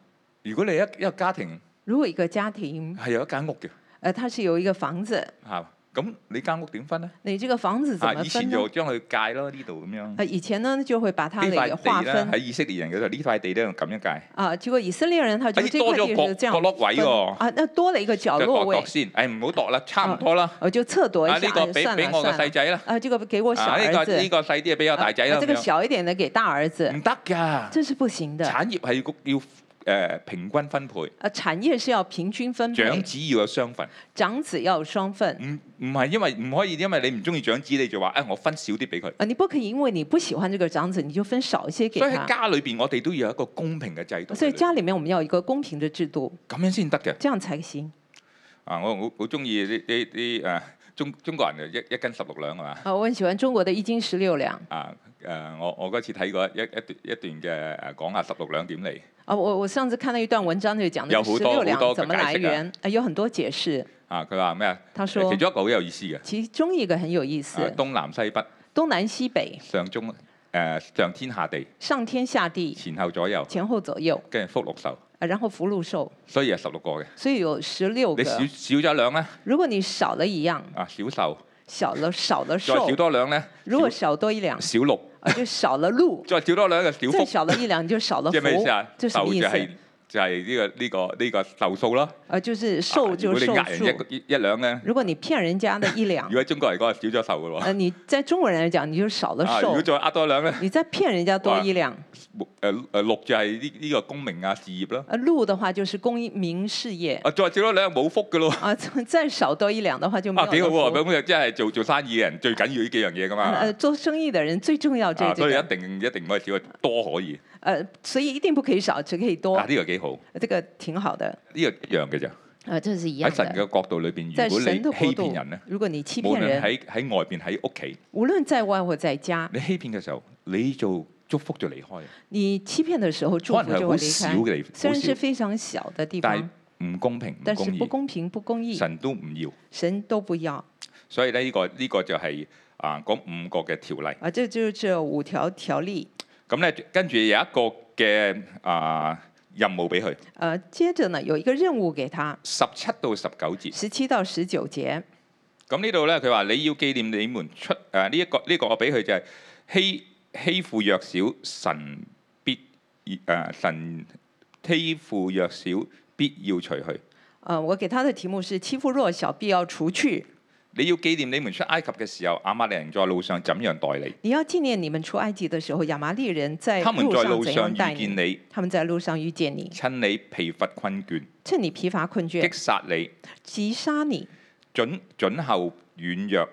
S2: 如果你一一個家庭
S3: 如果一個家庭，
S2: 係有一間屋嘅
S3: 呃，它是有一個房子，
S2: 嚇，啊咁你間屋點分咧？
S3: 你這個房子怎
S2: 啊！
S3: 麼
S2: 以前
S3: 分呢
S2: 就？將佢界咯，呢度咁樣。
S3: 呃，以前呢就會把它
S2: 呢
S3: 那個
S2: 塊
S3: 劃
S2: 地啦，
S3: 分
S2: 喺以色列人嗰度呢塊地咧咁樣界，
S3: 啊，結果以色列人他就
S2: 哎
S3: 這
S2: 多
S3: 塊
S2: 咗
S3: 地
S2: 個
S3: 是這樣
S2: 角落位
S3: 分
S2: 喎
S3: 啊，那多了一個角
S2: 就
S3: 落
S2: 度
S3: 位
S2: 度，先。哎誒唔好度啦，差唔多啦。
S3: 我就測度一
S2: 啊
S3: 下，
S2: 呢個
S3: 哎
S2: 俾
S3: 算
S2: 俾
S3: 了
S2: 我個
S3: 算
S2: 細
S3: 了，
S2: 仔啦，
S3: 啊，這個給我小
S2: 啊呢
S3: 兒
S2: 個
S3: 子
S2: 呢，個細啲嘅俾我大仔啦
S3: 啊，
S2: 咁
S3: 這個
S2: 樣，
S3: 小一點的給大兒子，
S2: 唔得㗎。
S3: 這是不行的。
S2: 產業係要要誒平均分配，
S3: 呃，產業是要平均分
S2: 長
S3: 配，
S2: 子要有雙份，
S3: 長子要有雙份。
S2: 唔唔係因為唔可以因為你唔中意長子你就話誒我分少啲俾佢，
S3: 啊，你不可以因為你不喜歡這個長子，你就分少一些給
S2: 所以喺
S3: 他。
S2: 家裏邊我哋都要有一個公平嘅制度，
S3: 所以
S2: 咁
S3: 家裡面我們要有一個公平的制度，
S2: 樣先得嘅。
S3: 這樣才行。
S2: 啊，我好好中意呢呢啲誒中中國人嘅一一斤十六兩係嘛？
S3: 啊，我很喜歡中國的一斤十六兩。
S2: 啊誒、我我嗰次睇過一一段一段嘅誒講下十六兩點嚟，
S3: 啊，我我上次看到一段文章，就講
S2: 有
S3: 那
S2: 好
S3: 十
S2: 多
S3: 六
S2: 好多嘅
S3: 兩怎麼
S2: 解釋
S3: 來
S2: 啊
S3: 源，啊，有很多解釋。
S2: 啊佢話咩啊？
S3: 他
S2: 其
S3: 說
S2: 中一個好有意思嘅，
S3: 其中一個很有意思，
S2: 啊東南西北
S3: 東南西北，
S2: 上中誒、上天下地
S3: 上天下地，
S2: 前後左右，
S3: 前後左右，
S2: 跟住福六壽，
S3: 啊然後福祿壽，
S2: 所以係十六個嘅。
S3: 所以有十六個
S2: 你。少少咗兩咧，
S3: 如果你少了一樣，
S2: 啊少壽，
S3: 少了少了
S2: 再少
S3: 壽，
S2: 多兩咧，
S3: 如果少多一兩，
S2: 少六，
S3: 啊，就少了祿，
S2: 再少多兩就少
S3: 再
S2: 福，
S3: 少了一兩你就少了
S2: 即係咩意思啊？
S3: 福，這什
S2: 壽
S3: 麼意
S2: 就
S3: 思
S2: 係、？就係呢、個呢、個呢、個壽數啦。
S3: 呃，就是
S2: 啊
S3: 壽
S2: 如
S3: 就
S2: 果你
S3: 壽
S2: 呃人一
S3: 數
S2: 個，一一兩咧，
S3: 如果你騙人家的一兩
S2: 如，果喺中國嚟講係少咗壽嘅喎。
S3: 呃，你在中國人來講你就少了
S2: 啊，如果
S3: 壽，
S2: 再呃多兩咧。
S3: 你再騙人家多
S2: 哇
S3: 一兩，
S2: 木誒誒六就係呢呢個功名啊事業啦。
S3: 呃，祿的話就是功名事業，
S2: 啊，再少咗兩冇福嘅咯。
S3: 啊， 再少多一兩的話就沒
S2: 啊，
S3: 有
S2: 幾好
S3: 了
S2: 喎！
S3: 福。
S2: 咁就即係做做生意嘅人最緊要呢幾樣嘢噶嘛。
S3: 呃，做生意的人最重要這
S2: 啊，
S3: 這
S2: 所以一
S3: 個，
S2: 定一定唔可以少，多可以。
S3: 呃，所以一定不可以少，只可以多
S2: 啊，，呢個幾好，
S3: 這個挺好的，
S2: 呢個一樣嘅啫。
S3: 呃，這是一
S2: 喺
S3: 樣
S2: 神
S3: 的。
S2: 嘅角度裏邊，
S3: 在
S2: 如果
S3: 神的
S2: 你
S3: 國
S2: 欺
S3: 度
S2: 騙人咧，，
S3: 如果你欺
S2: 無論
S3: 騙人，
S2: 喺喺外邊喺屋企，
S3: 無論在外或在家，
S2: 你欺騙嘅時候，你就祝福就離開。
S3: 你欺騙的時候，祝
S2: 可
S3: 福
S2: 能係
S3: 就
S2: 好
S3: 會
S2: 少
S3: 離開。
S2: 嘅
S3: 雖
S2: 地，好
S3: 然是
S2: 少，
S3: 非常小的地
S2: 但
S3: 方，
S2: 係唔公平、唔
S3: 但
S2: 公
S3: 是不
S2: 義，
S3: 公平、不公義，
S2: 神都唔要。
S3: 神都不要
S2: 所以咧，呢個呢個就係啊嗰五個嘅條例。
S3: 啊！這就是這五條條例。
S2: 咁咧，跟住有一個嘅啊任務俾佢，
S3: 呃，接着呢，有一個任務給他，
S2: 十七到十九節。
S3: 十七到十九節。
S2: 咁呢度咧，佢話你要紀念你們出誒呢一個呢、個我俾佢就係欺欺負弱小，神必誒、呃神欺負弱小，必要除去。
S3: 呃，我給他的題目是欺負弱小必要除去。
S2: 你要紀念你們出埃及嘅時候，亞瑪利人在路上怎樣待你？
S3: 你要紀念你們出埃及的時候，亞瑪利人在
S2: 他們
S3: 路
S2: 在
S3: 上
S2: 路
S3: 怎
S2: 上
S3: 樣待
S2: 遇見
S3: 你，
S2: 你，
S3: 他們在路上遇見你，
S2: 趁你疲乏困倦，
S3: 趁你疲乏困
S2: 擊
S3: 倦，
S2: 殺你，
S3: 擊殺你。
S2: 準準後軟弱，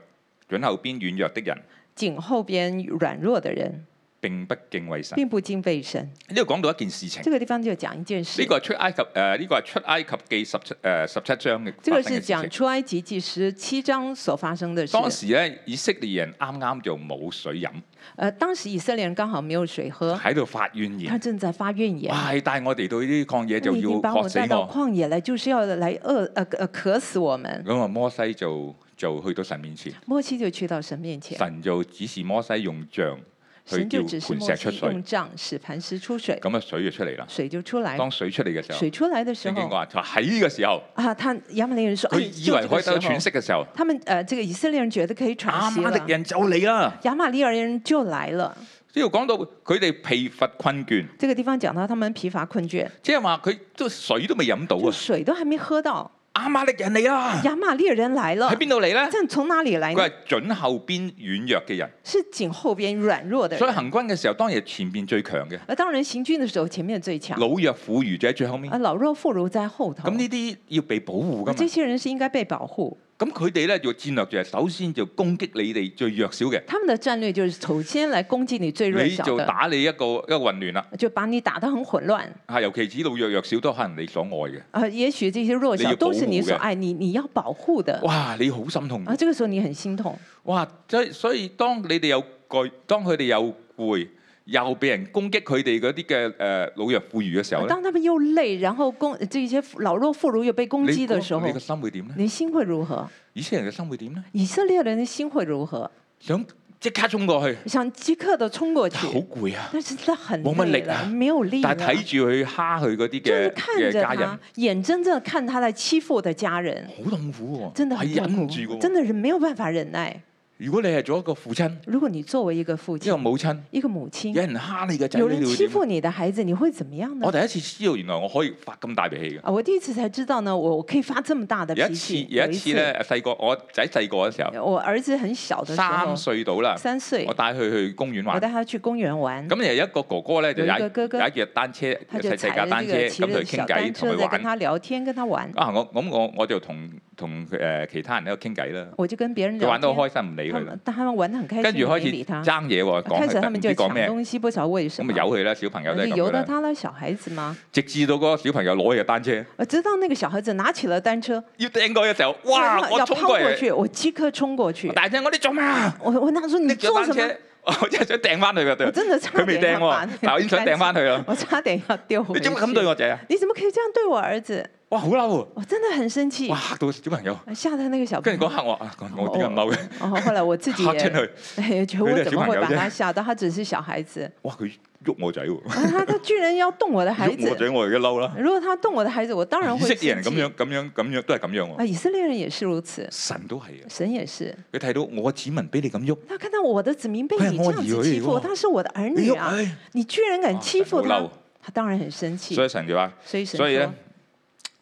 S2: 準後邊軟弱的人。
S3: 頸後邊軟弱的人，
S2: 並不敬畏神。
S3: 并不敬畏神。
S2: 呢度講到一件事情，
S3: 这个地方就讲一件事
S2: 呢，個係出埃及誒，呢個係出埃及記十七誒十七章嘅
S3: 这
S2: 發
S3: 个
S2: 生嘅事
S3: 是讲
S2: 情。
S3: 出埃及记十七章所發生的事。
S2: 當時咧，以色列人啱啱就冇水飲，
S3: 呃，当時以色列人剛好沒有水喝，
S2: 喺度發怨
S3: 他
S2: 言。
S3: 正在發怨言。
S2: 哇！你帶我哋到呢啲曠野就
S3: 啊你已
S2: 要
S3: 經把我
S2: 渴死
S3: 帶到
S2: 我。
S3: 曠野來，就是要來餓呃呃渴死我們。
S2: 咁啊，摩西就就去到神面前，
S3: 摩西就去到神面前，
S2: 神就指示摩西用杖去
S3: 神
S2: 叫
S3: 就指示
S2: 磐石
S3: 摩
S2: 出
S3: 西
S2: 水
S3: 用，杖使磐石出水，
S2: 咁啊水就出嚟啦。
S3: 水就出來。
S2: 當水出嚟嘅時候，
S3: 水出來的時
S2: 聖經
S3: 候
S2: 話就喺呢個時候，
S3: 啊，他亞瑪力人說，
S2: 佢
S3: 哎，
S2: 以
S3: 就
S2: 為
S3: 這
S2: 可
S3: 個
S2: 以得到
S3: 時候
S2: 喘，息嘅時候，
S3: 他們呃，這個以色列人覺得可以喘
S2: 亞
S3: 息
S2: 瑪
S3: 了。
S2: 力人就嚟啦。
S3: 亞瑪利人就來了。
S2: 呢度講到佢哋疲乏困倦，
S3: 這個地方講到他們疲乏困倦，
S2: 即係話佢都水都未飲到
S3: 就
S2: 啊！
S3: 水都還沒喝到，
S2: 亞瑪力人嚟啦，
S3: 亞瑪利人來了
S2: 喺。邊度嚟呢？
S3: 但從哪裡來呢
S2: 佢？係準後邊軟弱嘅人，
S3: 是頸後邊軟弱的
S2: 所以
S3: 人。
S2: 行軍嘅時候當然係前邊最強嘅，
S3: 而當人行軍的時候，前面最強，
S2: 老弱婦孺就喺最後面
S3: 啊，。老弱婦孺在後頭。
S2: 咁呢啲啊要被保護噶嘛
S3: 而這？些人是應該被保護。
S2: 咁佢哋咧就戰略就係首先就攻擊你哋最弱小嘅，
S3: 他們的戰略就是首先來攻擊你最弱
S2: 你
S3: 小
S2: 就
S3: 的，
S2: 打你一個一個混亂啦。
S3: 就把你打得很混亂。
S2: 係，尤其指老弱弱小都可能你所愛嘅。
S3: 啊，也許這些弱
S2: 你
S3: 小
S2: 要
S3: 都是你
S2: 保護
S3: 所
S2: 嘅
S3: 愛，你你要保護的。
S2: 哇！你好心痛
S3: 啊，。這個時候你很心痛。
S2: 哇！所以所以當你哋又攰，當佢哋又攰，又被人攻擊佢哋嗰啲嘅誒老弱婦孺嘅時候咧，
S3: 當啊他們又累，然後攻這些老弱婦孺又被攻
S2: 你
S3: 擊
S2: 個
S3: 的時候
S2: 你，個心會點咧？
S3: 你心會如何？
S2: 以色列人嘅心會點咧？
S3: 以色列人的心會如何？
S2: 想即刻衝過去，
S3: 想即刻的衝過去
S2: 好，攰啊！
S3: 但是他很
S2: 冇乜
S3: 累
S2: 力
S3: 了
S2: 啊
S3: 沒有力
S2: 但
S3: 了。
S2: 係睇住佢蝦佢嗰啲
S3: 就是
S2: 嘅
S3: 看
S2: 嘅
S3: 着
S2: 家人
S3: 他，，眼睜睜地看他在欺負我的家人，
S2: 好痛苦喎，
S3: 真的很
S2: 係
S3: 痛
S2: 忍
S3: 苦
S2: 唔住，嘅
S3: 真
S2: 喎。
S3: 的是沒有辦法忍耐。
S2: 如果你係做一個父親，
S3: 如果你作為一個父
S2: 一個
S3: 親、
S2: 母親，
S3: 一個母
S2: 有
S3: 親，
S2: 人蝦你嘅仔，
S3: 有
S2: 你
S3: 人啊
S2: 會
S3: 欺
S2: 點？啊
S3: 負你的孩子，你會怎麼樣
S2: 我
S3: 呢？
S2: 第一次知道原來我可以發咁大脾氣嘅。
S3: 啊，我第一次才知道呢，我我可以發這麼大的
S2: 有一
S3: 脾
S2: 次
S3: 氣。
S2: 有一次咧，細個我仔細個嘅時
S3: 有一
S2: 候，
S3: 次，我兒子很小的時候
S2: 三，歲到啦，
S3: 三歲
S2: 我，帶佢去公園
S3: 我
S2: 玩。
S3: 帶他去公園玩，
S2: 咁又有一個哥哥咧，就
S3: 有一
S2: 踩
S3: 個哥哥
S2: 踩住單車，
S3: 他就
S2: 細
S3: 踩
S2: 細
S3: 着
S2: 架單
S3: 這
S2: 車，
S3: 個騎
S2: 咁佢
S3: 着小
S2: 傾
S3: 單
S2: 偈，同佢
S3: 車在
S2: 玩。
S3: 跟他聊天，跟他玩，
S2: 啊，我咁我我就同同誒其他人喺度傾偈啦。
S3: 我就跟別人
S2: 佢
S3: 聊
S2: 玩得好
S3: 天，
S2: 開心，唔理
S3: 他
S2: 佢啦
S3: 們。但他們玩得很開
S2: 跟
S3: 心，
S2: 住
S3: 我
S2: 開
S3: 沒
S2: 始
S3: 理他。啊
S2: 爭嘢喎，講
S3: 開始他
S2: 佢
S3: 們
S2: 唔
S3: 就
S2: 知
S3: 搶
S2: 講咩，
S3: 東西，不曉得為什
S2: 咁咪
S3: 麼。
S2: 由佢啦，小朋友都係
S3: 就
S2: 咁
S3: 由
S2: 樣
S3: 得
S2: 啦。
S3: 他了，小孩子嘛。
S2: 直至到嗰個小朋友攞起個單車，
S3: 我知道那個小孩子拿起了單車，
S2: 要掟過嘅時候，
S3: 然
S2: 哇！
S3: 後
S2: 我
S3: 要
S2: 衝
S3: 拋
S2: 過
S3: 過
S2: 嚟，
S3: 去，我即刻衝過去。
S2: 大聲我你做咩啊？
S3: 我我那時候你
S2: 拎咗
S3: 做
S2: 單
S3: 什麼
S2: 車？，我真係想掟翻佢嘅
S3: 我
S2: 對。
S3: 真的差
S2: 佢未
S3: 點
S2: 掟
S3: 要把
S2: 喎
S3: 那，
S2: 但我已經想掟翻佢啦
S3: 單。 車我差點要丟回
S2: 你
S3: 去。
S2: 做乜咁對我仔啊？
S3: 你怎麼可以這樣對我兒子？
S2: 哇！好嬲喎！
S3: 我真的很生氣
S2: 哇！，嚇到小朋友，
S3: 嚇得那個小朋
S2: 跟住
S3: 友。
S2: 嗰刻我啊，我我點解咁嬲嘅？
S3: 然後後來 我自己
S2: 嚇
S3: 也
S2: 親佢，
S3: 哎覺得
S2: 佢都
S3: 我
S2: 係
S3: 怎
S2: 小
S3: 麼
S2: 朋
S3: 會
S2: 友
S3: 把
S2: 啫
S3: 他嚇到？他只是小孩子，
S2: 哇！佢喐我仔喎。
S3: 啊他他居然要動我 的 孩
S2: 喐我
S3: 子。
S2: 仔，我而家嬲啦。
S3: 如果他動我的孩子，我當然
S2: 以
S3: 會
S2: 色列人咁
S3: 生氣
S2: 樣咁樣咁樣都係咁樣喎。
S3: 啊，以色列人也是如此，
S2: 神都係啊！
S3: 神也是。
S2: 佢睇到我子民俾你咁喐，
S3: 他看到我的子民被
S2: 佢係
S3: 你
S2: 我
S3: 這樣
S2: 兒
S3: 子欺
S2: 女
S3: 負，
S2: 喎
S3: 他是我的兒
S2: 你
S3: 女
S2: 喐
S3: 啊！
S2: 佢，
S3: 你居然敢欺負
S2: 哇神
S3: 哦他
S2: 好嬲，
S3: 他當然很生氣
S2: 所。以神就話，
S3: 所以神
S2: 所以咧
S3: 說，，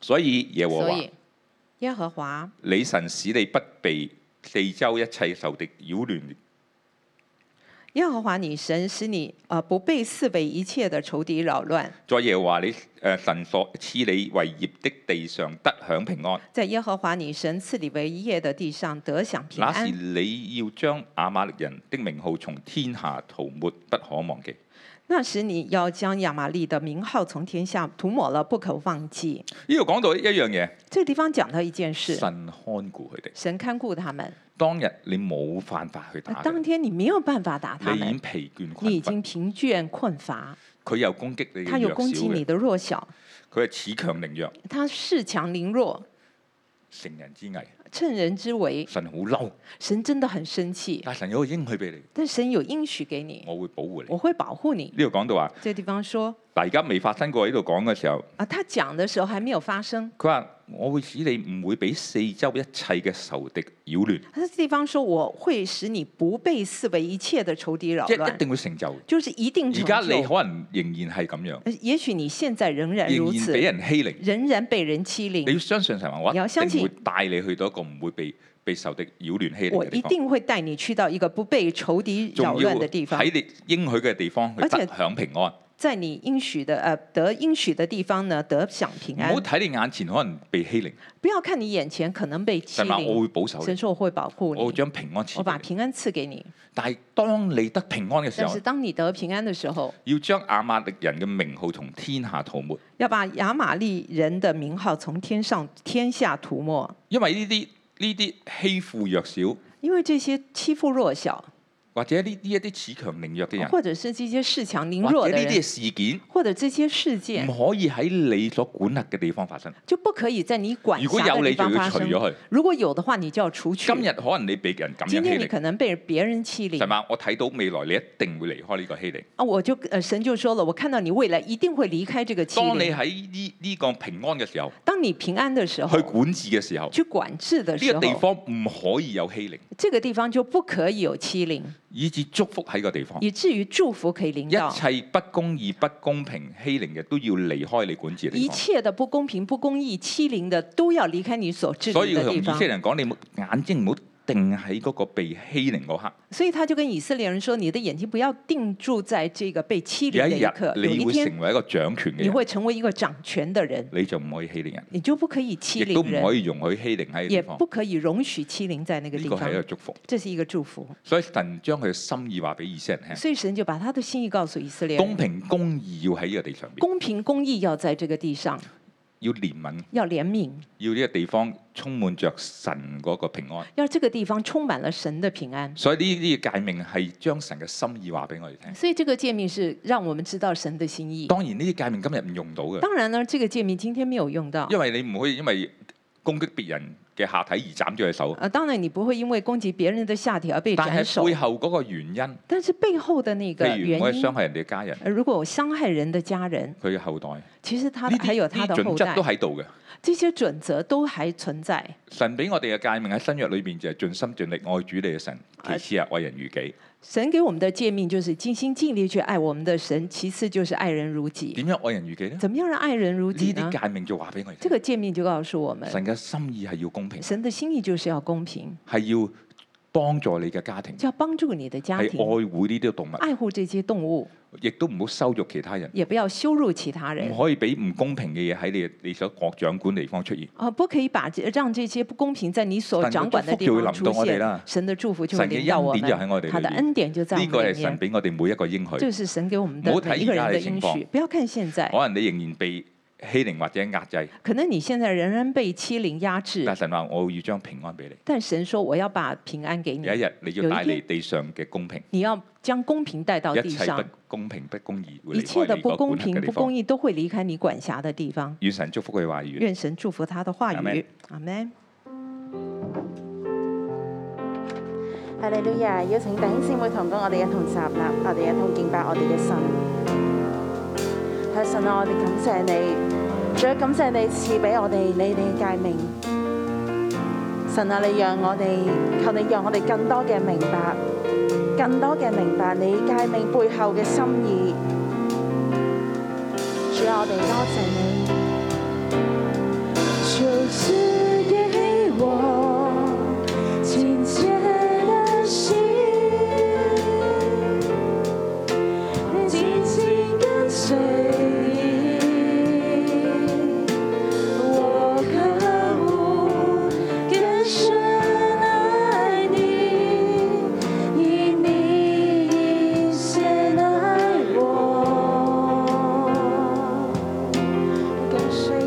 S2: 所以耶和
S3: 所
S2: 華
S3: 以耶和華
S2: 你神使你不被四周一切仇敵擾亂，
S3: 耶和華你神使你呃不被四圍一切的仇敵擾亂，
S2: 在耶和華你誒神所賜你為業的地上得享平安。
S3: 在耶和華你神賜你為業的地上得享平
S2: 那時
S3: 安。
S2: 你要將亞瑪力人的名號從天下塗抹，不可忘記。
S3: 那時你要將亞瑪利的名號從天下塗抹了，不可忘記。
S2: 呢度講到一樣嘢，
S3: 這個地方講到一件
S2: 神
S3: 事，
S2: 看顧佢哋。
S3: 神看顧他們。
S2: 當日你冇辦法去打
S3: 那
S2: 佢
S3: 當天你沒有辦法打他
S2: 你已經
S3: 們，
S2: 疲倦困
S3: 你已
S2: 乏，
S3: 經疲倦困乏，
S2: 佢又攻擊你嘅
S3: 他有
S2: 弱
S3: 攻
S2: 小
S3: 擊你
S2: 嘅，
S3: 的弱小。
S2: 佢係恃強凌弱，
S3: 他恃強凌弱，
S2: 成人之危。
S3: 趁人之危。
S2: 神好嬲，
S3: 神真的很生氣，
S2: 但神有個應許俾你，
S3: 但神有應許給你，
S2: 我會保護你。
S3: 我會保護你。
S2: 呢度講到話，
S3: 這地方說
S2: 嗱而家未發生過喺度講嘅時候，
S3: 啊，他講的時候還沒有發生。
S2: 佢話我會使你唔會俾四周一切嘅仇敵擾亂，
S3: 他這地方說我會使你不被視為一切的仇敵擾
S2: 即係一
S3: 亂，
S2: 定會成就。
S3: 就是一定
S2: 而
S3: 成
S2: 家你
S3: 就。
S2: 可能仍然係咁樣，
S3: 呃也許你現在仍然如
S2: 仍然
S3: 此
S2: 俾，人欺凌。
S3: 仍然被人欺
S2: 你
S3: 凌。
S2: 要相信神話，我
S3: 你要相
S2: 一定
S3: 信
S2: 會帶你去到一個唔會被被仇敵擾亂欺凌
S3: 我
S2: 嘅
S3: 一
S2: 地方，
S3: 定會帶你去到一個不被仇敵擾
S2: 仲要
S3: 亂的地方，
S2: 喺你應許嘅地方去
S3: 而且
S2: 得享平安。
S3: 在你应许的呃得应许的地方呢得享平
S2: 唔
S3: 安
S2: 好。睇你眼前可能被欺凌，
S3: 不要看你眼前可能被欺
S2: 神話我
S3: 凌，
S2: 會保守
S3: 神
S2: 你，
S3: 说我会保护
S2: 我會
S3: 你，
S2: 將平安賜
S3: 我把
S2: 俾你。
S3: 平安赐给你。
S2: 但係當你得平安嘅時
S3: 但
S2: 候
S3: 是，当你得平安的时候，
S2: 要將亞瑪力人嘅名號從天下塗抹，
S3: 要把亚玛利人的名号从天上天下涂抹，
S2: 因為呢啲呢啲欺負弱小
S3: 因为这些欺负弱小，
S2: 或者呢呢一啲恃強凌弱嘅人，
S3: 啊或者是这些恃强凌弱
S2: 或者
S3: 的
S2: 呢啲嘅
S3: 人，
S2: 事件，
S3: 或者这些事
S2: 唔
S3: 件，
S2: 可以喺你所管轄嘅地方發生。
S3: 就不可以在你管
S2: 如果
S3: 辖
S2: 有
S3: 的地
S2: 你就
S3: 方
S2: 要
S3: 发
S2: 除
S3: 生
S2: 咗。佢。
S3: 如果有的话，你就要除去
S2: 今。日可能你被人咁樣
S3: 今
S2: 欺
S3: 天你
S2: 凌，
S3: 可能被别人欺凌
S2: 神話我睇到未來你一定會離開呢個欺凌。
S3: 啊，我就呃神就說了，我看到你未来一定会离开这个欺
S2: 當你
S3: 凌。
S2: 喺呢呢個平安嘅時候，
S3: 当你平安的时候
S2: 去，管治嘅時候，
S3: 去管制的
S2: 呢
S3: 时
S2: 個
S3: 候，
S2: 地方唔可以有欺凌，
S3: 这个地方就不可以有欺凌，
S2: 以致祝福喺個地方。
S3: 以至于祝福可以临到
S2: 哦一。切不公義、不公平、欺凌嘅都要離開你管治嘅
S3: 一
S2: 地方。
S3: 切的不公平、不公义、欺凌的，都要离开你所治
S2: 所
S3: 理
S2: 以佢
S3: 的
S2: 同
S3: 地
S2: 以
S3: 方
S2: 色。列人講：你冇眼睛唔好定喺嗰個被欺凌嗰刻，
S3: 所以他就跟以色列人说：“你的眼睛不要定住在這个被欺凌
S2: 有
S3: 的
S2: 一
S3: 一
S2: 日
S3: 刻，有
S2: 你
S3: 一
S2: 會
S3: 天
S2: 成為一個掌權嘅
S3: 你
S2: 人，
S3: 会成为一个掌權的人，
S2: 你就唔可以欺凌人，
S3: 你就不可以欺
S2: 亦都
S3: 凌
S2: 唔可
S3: 人，
S2: 以容許欺凌喺個
S3: 也
S2: 地方。
S3: 不可以容许欺凌在那个
S2: 呢
S3: 地
S2: 個係一個
S3: 方。
S2: 祝福。
S3: 这是一个祝福。
S2: 所以神將佢嘅心意話俾以色列人聽：
S3: 所以神就把他的心意告訴以色列
S2: 哎公
S3: 人：
S2: 平公義要喺呢個地上邊，
S3: 公平公义要在这个地上，
S2: 要憐憫，
S3: 要憐悯，
S2: 要呢個地方充滿着神嗰個平安。
S3: 要这个地方充满了神的平安。
S2: 所以呢啲嘅界命係將神嘅心意話俾我哋聽。
S3: 所以这个诫命是讓我们知道神的心意。
S2: 當然呢啲界命今日唔用到嘅，
S3: 当然呢，这个诫命今天没有用到。
S2: 因為你唔可以因為攻擊別人嘅下體而斬咗佢手。
S3: 呃，当然你不会因为攻击別人的下體而被
S2: 但
S3: 斩
S2: 係
S3: 首
S2: 背，後嗰個原因，
S3: 但是背後的那个
S2: 譬如我
S3: 原
S2: 係
S3: 因
S2: 傷，害人哋嘅家人，
S3: 呃如果我傷害人的家人，
S2: 佢嘅後代，呢
S3: 其實他
S2: 啲
S3: 還有
S2: 呢
S3: 他
S2: 啲
S3: 的後
S2: 準則
S3: 代
S2: 都，喺度嘅。
S3: 這些準則都還存在。
S2: 神俾我哋嘅界命喺新約裏邊就係盡心盡力愛主你嘅神，其次係愛人如己。
S3: 神給我們的诫命就是盡心盡力去愛我們的神，其次就是愛人如己。
S2: 點樣愛人如己呢？
S3: 怎麼樣讓愛人如己
S2: 呢
S3: 呢？
S2: 啲界命就話俾我哋
S3: 這
S2: 聽，
S3: 個诫命就告訴我們，
S2: 神嘅心意係要公平，
S3: 神的心意就是要公平，
S2: 係要幫助你嘅家庭，
S3: 就要幫助你的
S2: 係
S3: 家
S2: 愛
S3: 庭，
S2: 護呢啲動物，
S3: 愛護這些動物，
S2: 亦都唔好羞辱其他人，
S3: 也不要羞辱其他人
S2: 唔。可以俾唔公平嘅嘢喺你你所國掌管地方出現。
S3: 啊，不可以把这让这些不公平在你所
S2: 神嘅
S3: 掌管的
S2: 祝福
S3: 地
S2: 就會
S3: 方
S2: 臨到
S3: 出
S2: 我哋
S3: 現
S2: 啦，
S3: 神的祝福就會
S2: 神嘅
S3: 臨到我
S2: 恩典就喺我哋裏
S3: 們，他的
S2: 邊
S3: 恩典就在我
S2: 呢個係
S3: 們里
S2: 神
S3: 面。
S2: 俾我哋每一個應許
S3: 这。是神給我們的
S2: 唔好睇
S3: 每一個人
S2: 而家
S3: 的
S2: 嘅情
S3: 應
S2: 況
S3: 許，不要看現在，
S2: 可能你仍然被欺凌或者壓制，
S3: 可能你現在仍然被欺凌壓制
S2: 但，神話我要將平安俾你。
S3: 但神說我要把平安給你
S2: 有，一日你要
S3: 有一
S2: 帶
S3: 天
S2: 嚟地上嘅公平，
S3: 你要將公平帶到
S2: 一
S3: 地
S2: 切
S3: 上
S2: 不，公平不公義會
S3: 一
S2: 離
S3: 切
S2: 開
S3: 的
S2: 你
S3: 不
S2: 個
S3: 公
S2: 管轄
S3: 平、
S2: 嘅
S3: 不
S2: 地
S3: 公
S2: 方。
S3: 義都會離開你管轄的地方。
S2: 願神祝福佢話語。
S3: 願神祝福他的話
S2: 阿們
S3: 語，阿門。
S4: 哈利路亞！邀請弟兄姊妹同工，我哋一同集立，我哋一同敬拜我哋嘅神。係神啊，我哋感謝你，仲有感謝你賜俾我哋你哋嘅誡命。神啊，你讓我哋，求你讓我哋更多嘅明白，更多嘅明白你誡命背後嘅心意。主啊，我哋多謝你。就是给我。清洁的心，紧紧跟随我渴慕更深爱你，以你先爱我，跟随你。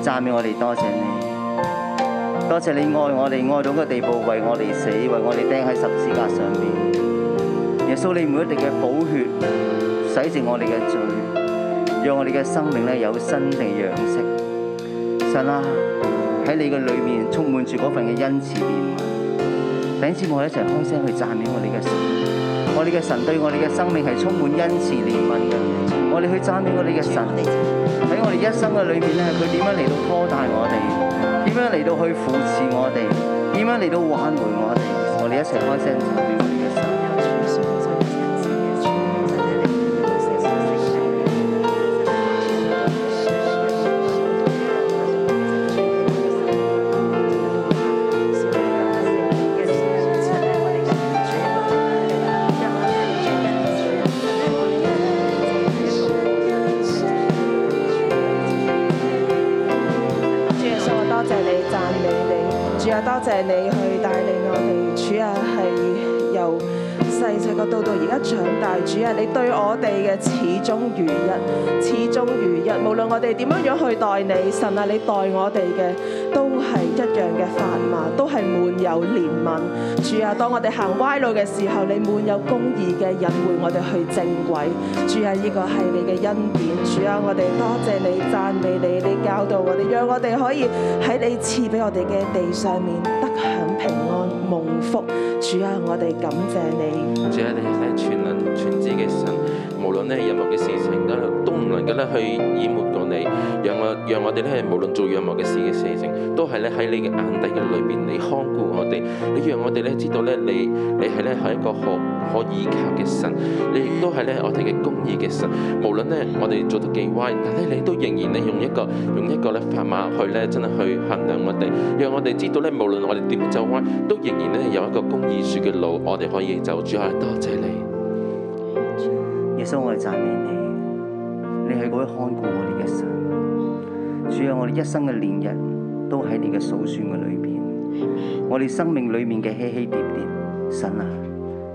S5: 讚美我哋，多謝你，多謝你愛我哋，愛到個地步為我哋死，為我哋釘喺十字架上面。耶穌，你每一滴嘅寶血洗淨我哋嘅罪，讓我哋嘅生命咧有新嘅樣式。神啊，喺你嘅裏面充滿住嗰份嘅恩慈憐憫。頂姊妹我一齊開聲去讚美我哋嘅神，我哋嘅神對我哋嘅生命係充滿恩慈憐憫嘅。我哋去讚美我哋嘅神。喺我哋一生嘅裏面咧，佢點樣嚟到拖大我哋？點樣嚟到去扶持我哋？點樣嚟到挽回我哋？我哋一齊開聲讚美我哋嘅神。
S4: 主耶穌，我多謝你讚美你，主啊，多謝你去帶領我哋，主啊係由細細個到到而家長大，主啊你對我哋嘅始終如一，始終如一，無論我哋點樣樣去待你，神啊你待我哋嘅都係一樣嘅法嘛，都係滿有憐憫。主啊，當我哋行歪路嘅時候，你滿有公義嘅引導我哋去正軌。主啊，呢個係你嘅恩典。主啊，我哋多謝你，讚美你，你教導我哋，讓我哋可以喺你賜俾我哋嘅地上面得享平安蒙福。主啊，我哋感謝你。
S6: 主啊，你係全能全知嘅神，無論咧任何嘅事情咧，都唔能夠咧去淹沒過你。讓我讓我哋咧，無論做任何嘅事嘅事情，都係咧喺你嘅眼底嘅裏邊，你看顧我哋，你讓我哋咧知道咧，你你係咧係一個可可依靠嘅神，你亦都係咧我哋嘅公義嘅神。無論咧我哋做得幾歪，但係你都仍然咧用一個用一個咧砝碼去咧真係去衡量我哋，讓我哋知道咧，無論我哋點走歪，都仍然咧有一個公義樹嘅路，我哋可以走。主啊，多謝你。
S5: 耶穌，我哋讚美你，你係嗰位看顧我哋嘅神。主啊，我哋一生嘅年日都喺你嘅數算嘅裏邊，我哋生命裏面嘅起起跌跌，神啊，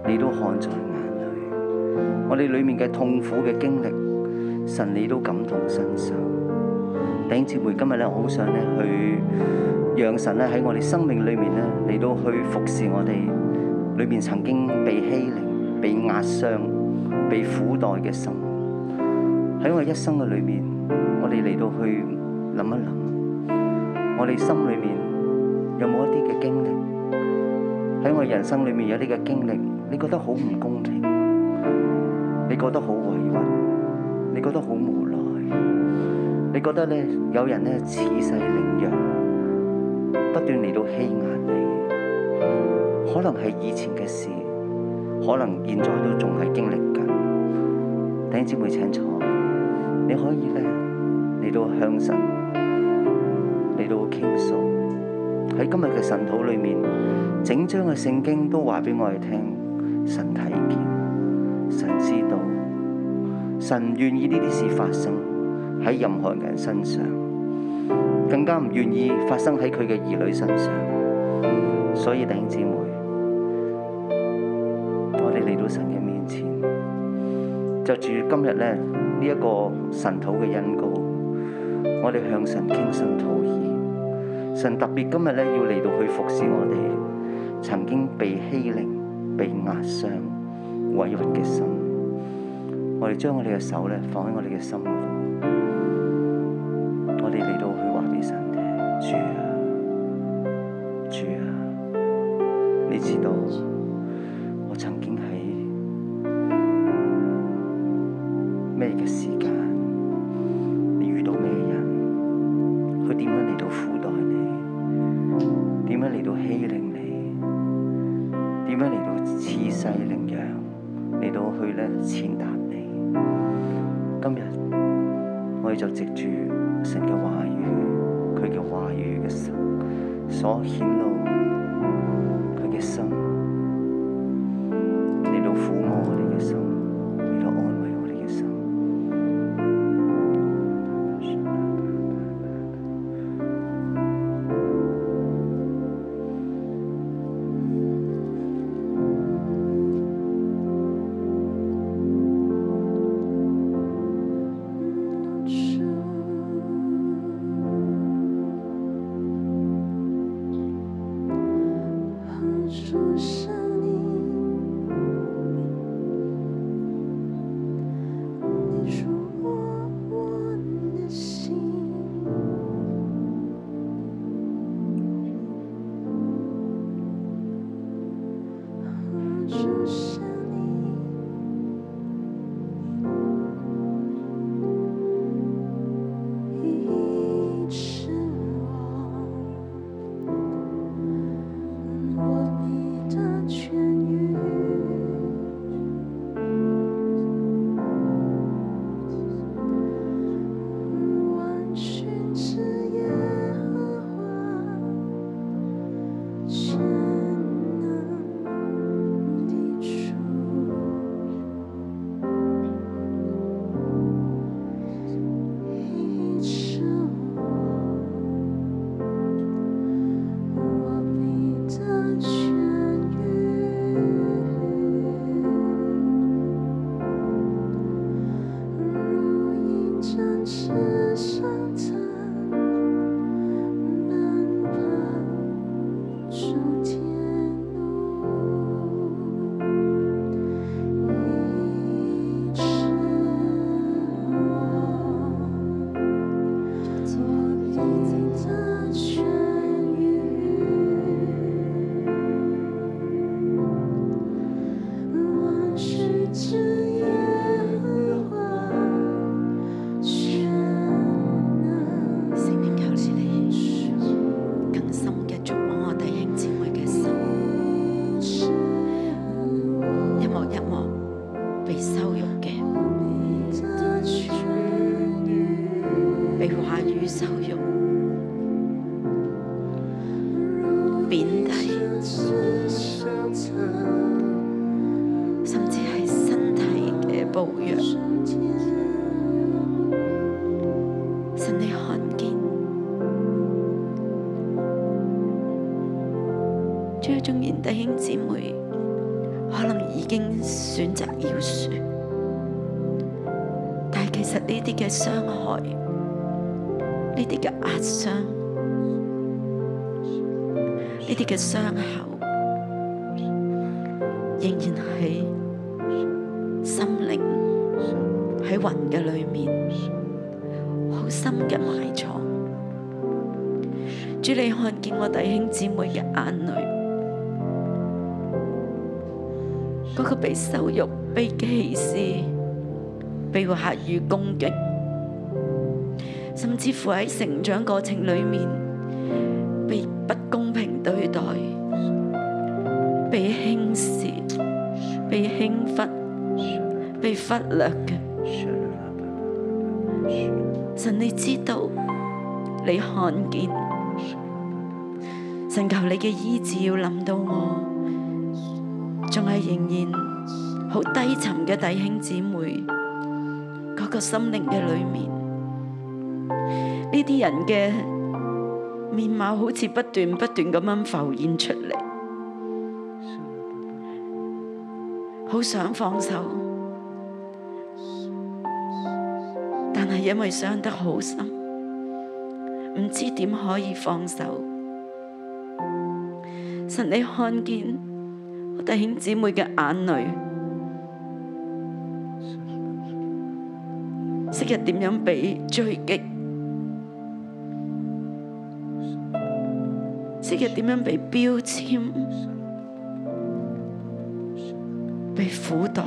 S5: 你都看在眼裏。我哋裏面嘅痛苦嘅經歷，神你都感同身受。弟兄姊妹，今日咧，我好想咧去讓神咧喺我哋生命裏面咧嚟到去服侍我哋裏面曾經被欺凌、被壓傷。被苦待嘅心。喺我一生嘅裏面，我哋嚟到去諗一諗，我哋心裏面有冇一啲嘅經歷？喺我人生裏面有啲嘅經歷，你覺得好唔公平，你覺得好委屈，你覺得好無奈，你覺得咧有人咧恃勢凌弱，不斷嚟到欺壓你，可能係以前嘅事。可能現在都仲係經歷緊。弟兄姊妹請坐，你可以咧嚟到向神嚟到傾訴。喺今日嘅神土裏面，整章嘅聖經都話俾我哋聽，神睇見，神知道，神唔願意呢啲事發生喺任何人身上，更加唔願意發生喺佢嘅兒女身上。所以弟兄姊妹。我哋嚟到神嘅面前，就住今日咧呢一個神土嘅恩膏，我哋向神傾心吐意。神特別今日咧要嚟到去服侍我哋曾經被欺凌、被壓傷、委屈嘅心。我哋將我哋嘅手咧放喺我哋嘅心嗰度，我哋嚟到去話俾神聽：主啊，主啊，你知道。我曾經喺咩嘅時間，你遇到咩人，佢點樣嚟到苦待你，點樣嚟到欺凌你，點樣嚟到恃勢凌弱，嚟到去咧踐踏你。今日我哋就藉住神嘅話語，佢嘅話語嘅神所顯露佢嘅心。嚟到撫摸我哋嘅心，嚟到安慰我哋嘅心。
S7: 主，
S8: 主是你，你触摸我的心。主是你，医治我，我必得痊愈。万军之耶和华，全能。的主，医治我，我必得痊愈。如鹰展翅上腾，奔跑。数天路，一直我，我必得痊愈。万事之耶和华，全能
S7: 聖靈求賜你
S8: 主。
S7: 更深嘅觸摸我弟兄姊妹嘅心，一幕一幕被羞辱嘅，被話語羞辱、貶低，甚至係身體嘅暴虐。神你看見，主啊，縱然弟兄姊妹可能已經選擇饒恕，但係其實呢啲嘅傷害，呢啲嘅壓傷，呢啲嘅傷口，仍然喺心靈喺魂嘅裏面。好深嘅埋藏。主，你看見我弟兄姊妹嘅眼淚，嗰、個被羞辱、被歧視、被話語攻擊，甚至乎喺成長過程裏面被不公平對待、被輕視、被輕忽、被忽略嘅。神你知道，你看見，神求你嘅醫治要臨到我，仲係仍然好低沉嘅弟兄姊妹嗰、個心靈嘅裏面，呢啲人嘅面貌好似不斷不斷咁樣浮現出嚟，好想放手。但係因為傷得好深，唔知點可以放手。神，你看見我弟兄姊妹嘅眼淚，昔日點樣被追擊，昔日點樣被標籤、被苦待，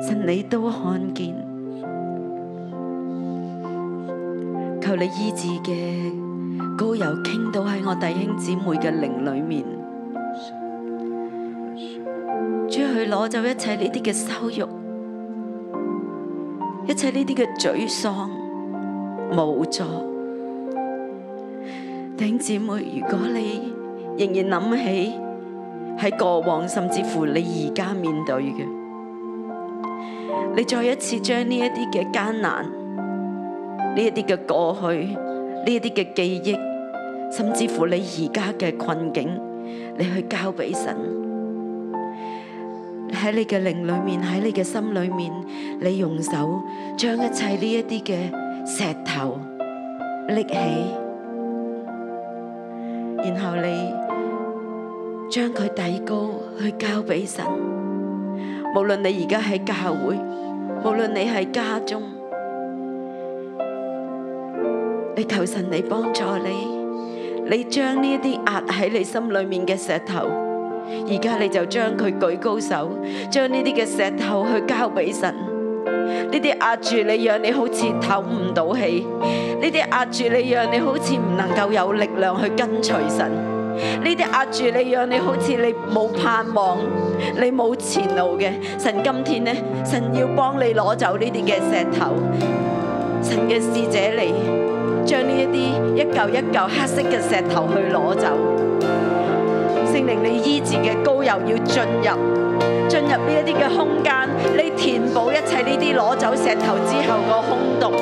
S7: 神你都看見。求你醫治嘅膏油傾倒喺我弟兄姊妹嘅靈裏面，主去攞走一切呢啲嘅羞辱，一切呢啲嘅沮喪、無助。弟兄姊妹，如果你仍然諗起喺過往，甚至乎你而家面對嘅，你再一次將呢一啲嘅艱難。呢一啲嘅過去，呢一啲嘅記憶，甚至乎你而家嘅困境，你去交俾神。喺你嘅靈裏面，喺你嘅心裏面，你用手將一切呢一啲嘅石頭拎起，然後你將佢遞高去交俾神。無論你而家喺教會，無論你喺家中，你求神你幫助你，你將呢一啲壓喺你心裏面嘅石頭，而家你就將佢舉高手，將呢啲嘅石頭去交俾神。呢啲壓住你，讓你好似唞唔到氣；呢啲壓住你，讓你好似唔能夠有力量去跟隨神。呢啲壓住你，讓你好似你冇盼望，你冇前路嘅。神今天呢，神要幫你攞走呢啲嘅石頭。神嘅使者嚟，將呢一啲一嚿一嚿黑色嘅石頭去攞走。聖靈，你醫治嘅膏油要進入，進入呢一啲嘅空間，你填補一切呢啲攞走石頭之後個空洞。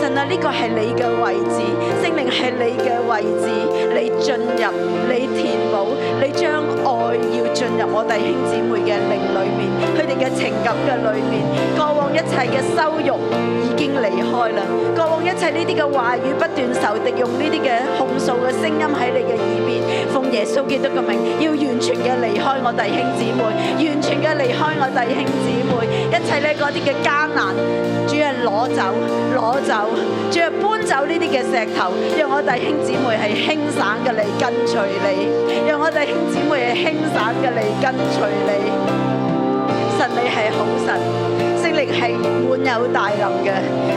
S7: 神啊，呢個係你嘅位置，聖靈係你嘅位置，你進入，你填補，你將愛要進入我弟兄姊妹嘅靈裏面，佢哋嘅情感嘅裏面，過往一切嘅羞辱已經離開啦，過往一切呢啲嘅話語不斷受敵，用呢啲嘅控訴嘅聲音喺你嘅耳邊，奉耶穌基督嘅名，要完全嘅離開我弟兄姊妹，完全嘅離開我弟兄姊妹，一切呢嗰啲嘅艱難。主啊，攞走，攞走，主啊，搬走呢啲嘅石頭，讓我弟兄姊妹係輕省嘅嚟跟隨你，讓我弟兄姊妹係輕省嘅嚟跟隨你。神你係好神，聖靈係滿有大能嘅，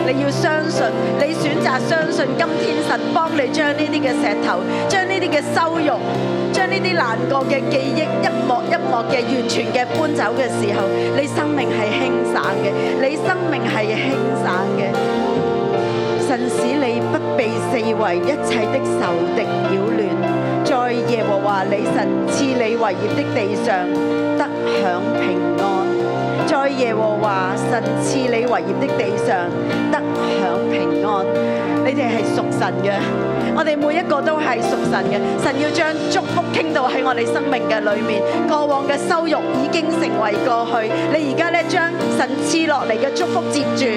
S7: 你要相信，你選擇相信今天神幫你將呢啲嘅石頭，將呢啲嘅羞辱，將呢啲難過嘅記憶一幕一幕嘅完全嘅搬走嘅時候，你生命係輕省嘅，你生命係輕省嘅。神使你不被四圍一切的仇敵擾亂，在耶和華你神賜你為業的地上得享平安，在耶和華神賜你為業的地上得享平安。你哋係屬神嘅，我哋每一個都係屬神嘅。神要將祝福傾到喺我哋生命嘅裏面，過往嘅羞辱已經成為過去。你而家咧將神賜落嚟嘅祝福接住。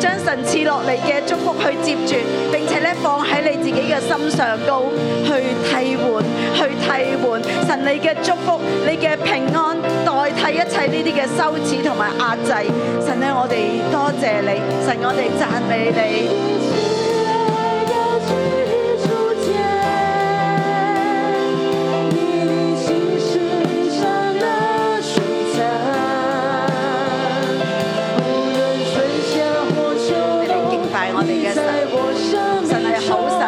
S7: 將神賜落嚟嘅祝福去接住，並且咧放喺你自己嘅心上高去替換，去替換神你嘅祝福，你嘅平安代替一切呢啲嘅羞恥同埋壓制。神咧，我哋多謝你，神我哋讚美你。你哋敬拜我哋嘅神，神係好神。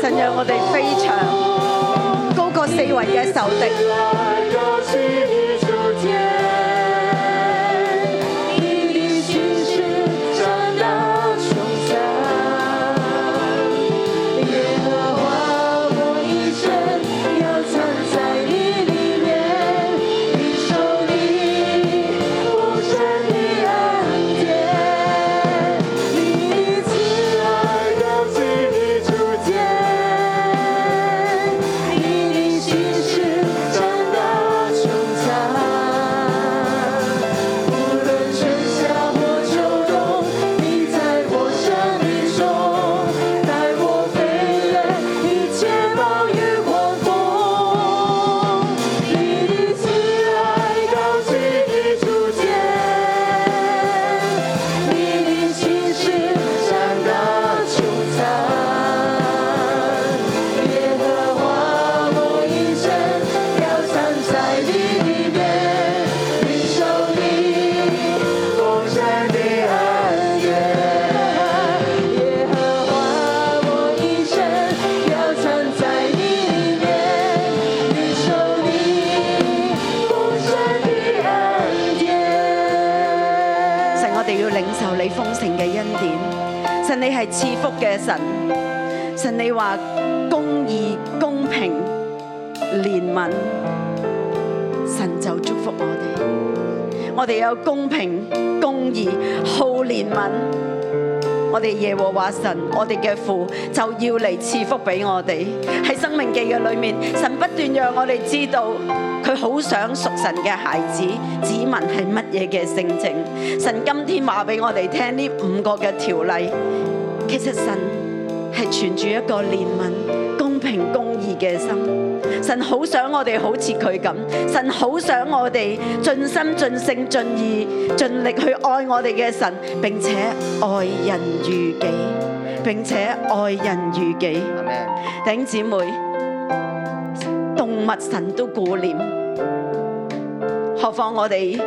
S7: 神讓我哋飛翔，高過四圍嘅仇敵。神，我哋要領受你豐盛嘅恩典。神，你係賜福嘅神。神，你話公義、公平、憐憫，神就祝福我哋。我哋有公平、公義、好憐憫。我哋耶和華神，我哋嘅父就要嚟賜福俾我哋。喺生命記嘅裏面，神不斷讓我哋知道，佢好想屬神嘅孩子子民係乜嘢嘅性情。神今天話俾我哋聽呢五個嘅條例，其實神係存住一個憐憫、公平公義嘅心。神好想我哋好似佢咁，神好想我哋盡心盡性盡意盡力去愛我哋嘅神，並且愛人如己，並且愛人如己。
S5: 阿咩？
S7: 弟兄姊妹，動物神都顧念，何況我哋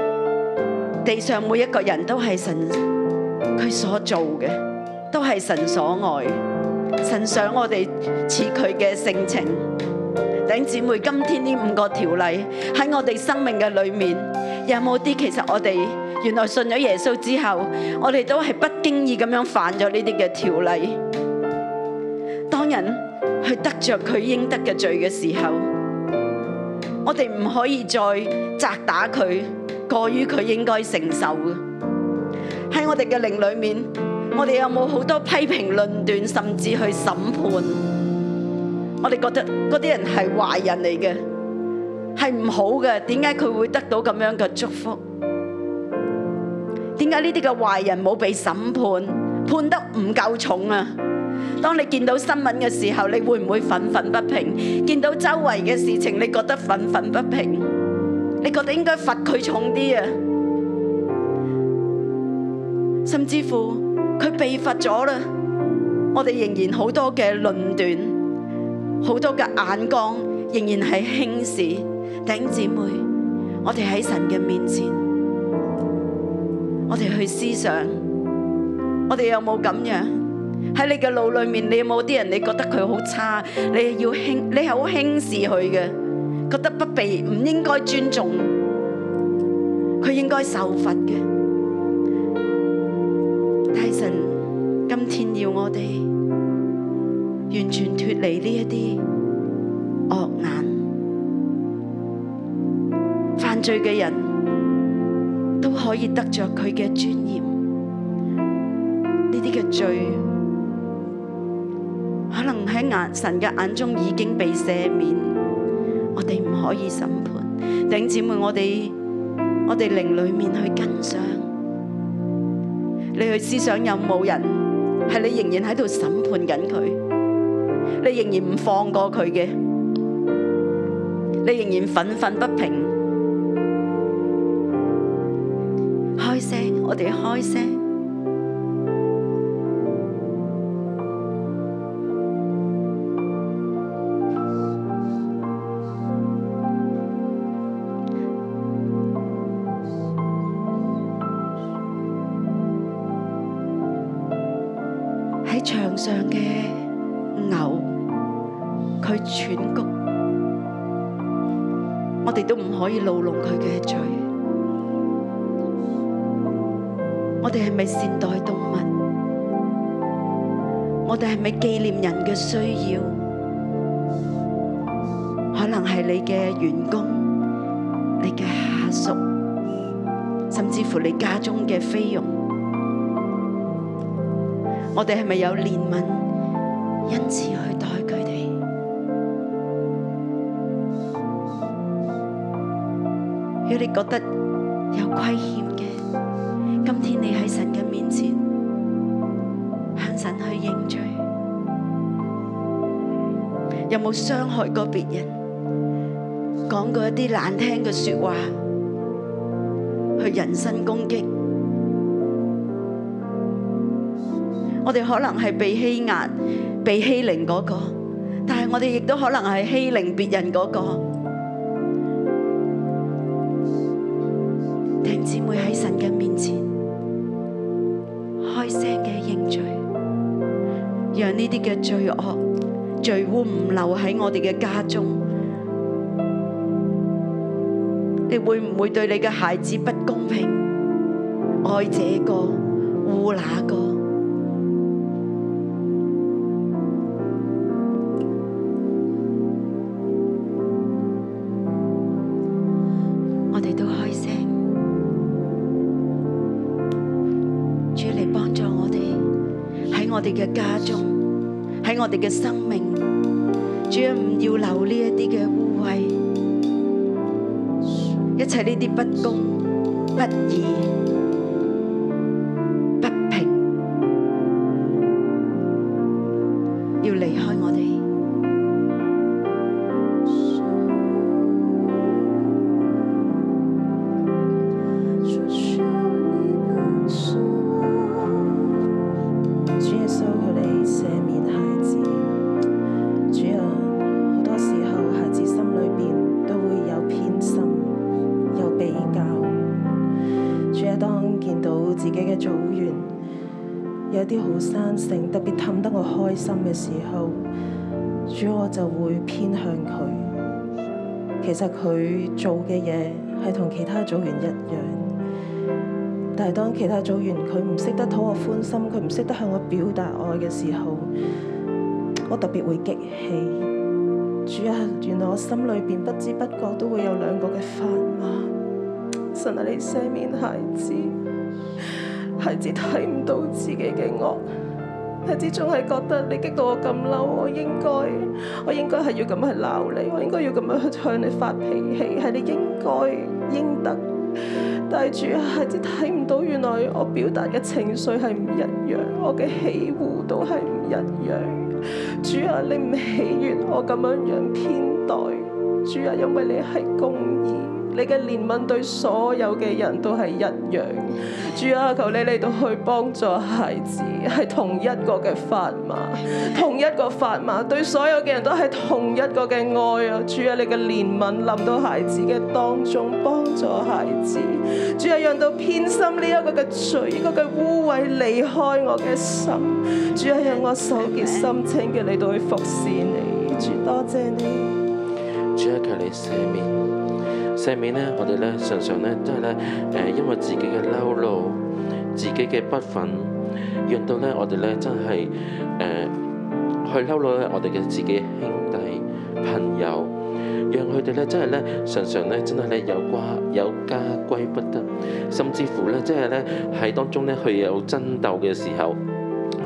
S7: 地上每一個人都係神佢所做嘅，都係神所愛，神想我哋似佢嘅性情。弟兄姊妹，今天呢五個條例喺我哋生命嘅裏面，有冇啲其實我哋原來信咗耶穌之後，我哋都係不經意咁樣犯咗呢啲嘅條例？當人去得着佢應得嘅罪嘅時候，我哋唔可以再責打佢，過於佢應該承受嘅。喺我哋嘅靈裏面，我哋有冇好多批評、論斷，甚至去審判？我哋覺得嗰啲人係壞人嚟嘅，係唔好嘅。點解佢會得到咁樣嘅祝福？點解呢啲嘅壞人冇被審判，判得唔夠重啊？當你見到新聞嘅時候，你會唔會憤憤不平？見到周圍嘅事情，你覺得憤憤不平？你覺得應該罰佢重啲啊？甚至乎佢被罰咗啦，我哋仍然好多嘅論斷，好多嘅眼光，仍然係輕視弟兄姊妹。我哋喺神嘅面前，我哋去思想，我哋有冇咁樣？喺你嘅腦裏面，你有冇啲人你覺得佢好差，你要輕，你係好輕視佢嘅，覺得不被唔應該尊重，佢應該受罰嘅。但係神今天要我哋完全脱離呢一啲惡眼，犯罪嘅人都可以得着佢嘅尊嚴，呢啲嘅罪。可能喺眼神嘅眼中已經被赦免，我哋唔可以審判。弟兄姊妹，我哋我哋靈裏面去跟上，你去思想有冇人係你仍然喺度審判緊佢，你仍然唔放過佢嘅，你仍然憤憤不平。開聲，我哋開聲。喺場上嘅牛，佢喘谷，我哋都唔可以露弄佢嘅嘴。我哋係咪善待動物？我哋係咪紀念人嘅需要？可能係你嘅員工、你嘅下屬，甚至乎你家中嘅菲傭。我哋係咪有憐憫，因此去待佢哋？如果你覺得有虧欠嘅，今天你喺神嘅面前，向神去認罪，有冇傷害過別人？講過一啲難聽嘅説話，去人身攻擊？我哋可能係被欺壓、被欺凌嗰、個，但係我哋亦都可能係欺凌別人嗰、個。弟兄姊妹喺神嘅面前，開聲嘅認罪，讓呢啲嘅罪惡、罪污唔留喺我哋嘅家中。你會唔會對你嘅孩子不公平？愛這個，護那個？我哋都開聲，主嚟幫助我哋喺我哋嘅家中，喺我哋嘅生命，主啊唔要留呢一啲嘅污穢，一切呢啲不公、不義、不平，要離開我哋，
S4: 啊啊啲好生性，特別氹得我開心嘅時候，主啊我就會偏向佢。其實佢做嘅嘢係同其他組員一樣，但係當其他組員佢唔識得討我歡心，佢唔識得向我表達愛嘅時候，我特別會激氣。主啊，原來我心裏邊不知不覺都會有兩個嘅砝碼。神啊，你赦免孩子，孩子睇唔到自己嘅惡，孩子總係覺得你激到我咁嬲，我應該，我應該係要咁樣去鬧你，我應該要咁樣去向你發脾氣，係你應該應得。但係主啊，孩子睇唔到，原來我表達嘅情緒係唔一樣，我嘅喜惡都係唔一樣。主啊，你唔喜悦我咁樣樣偏待，主啊，因為你係公義，你嘅憐憫對所有嘅人都係一樣。主啊，求你嚟到去幫助孩子，係同一個嘅法碼，同一個法碼對所有嘅人都係同一個嘅愛啊！主啊，你嘅憐憫臨到孩子嘅當中，幫助孩子。主啊，讓到偏心呢一個嘅罪，呢個嘅污穢離開我嘅心。主啊，讓我手潔心清嘅嚟到去服侍你。主多謝你，
S6: 主啊，求你赦免，赦免呢，我哋呢，常常呢，都係呢，誒，因為自己嘅嬲怒，自己嘅不忿，讓到呢，我哋呢，真係誒、呃去嬲怒呢，我哋嘅自己兄弟朋友，讓佢哋呢，真係呢，常常呢，真係呢，有瓜有家歸不得，甚至乎呢，即係呢，喺當中呢，佢有爭鬥嘅時候。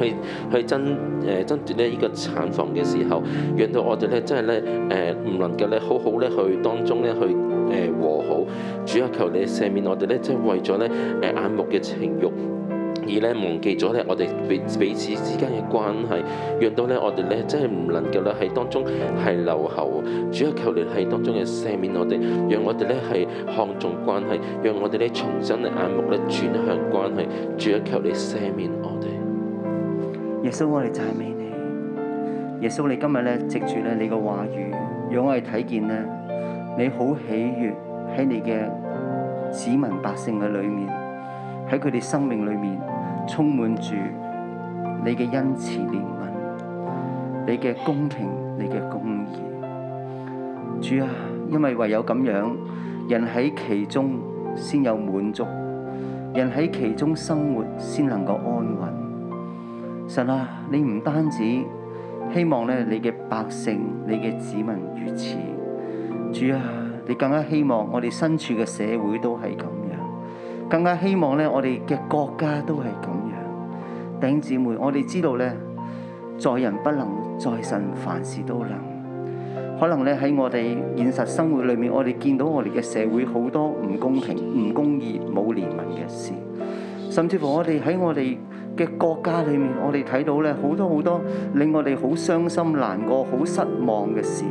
S6: 去去爭誒爭奪咧呢個產房嘅時候，讓到我哋咧真係咧誒呃唔能夠咧好好咧去當中咧去誒和好。主啊，求你赦免我哋咧，即係為咗咧誒眼目嘅情慾。而咧忘記咗咧，我哋彼彼此之間嘅關係，讓到咧我哋咧真係唔能夠咧喺當中係留後。主啊，求你喺當中嘅赦免我哋，讓我哋咧係看重關係，讓我哋咧重新嘅眼目咧轉向關係。主啊，求你赦免我哋。
S5: 耶穌，我哋讚美你。耶穌，你今日咧藉住咧你嘅話語，讓我哋睇見咧你好喜悅喺你嘅子民百姓嘅裏面，喺佢哋生命裏面充滿住你嘅恩慈憐憫，你嘅公平，你嘅公義。主啊，因為唯有咁樣，人喺其中先有滿足，人喺其中生活先能夠安穩。神啊，你唔單止希望咧你嘅百姓、你嘅子民如此，主啊，你更加希望我哋身處嘅社會都係咁樣，更加希望咧我哋嘅國家都係咁樣。弟兄姊妹，我哋知道咧，在人不能，在神凡事都能。可能咧喺我哋現實生活裏面，我哋見到我哋嘅社會好多唔公平、唔公義、冇憐憫嘅事。甚至乎我哋喺我哋嘅國家裏面，我哋睇到咧好多好多令我哋好傷心、難過、好失望嘅事，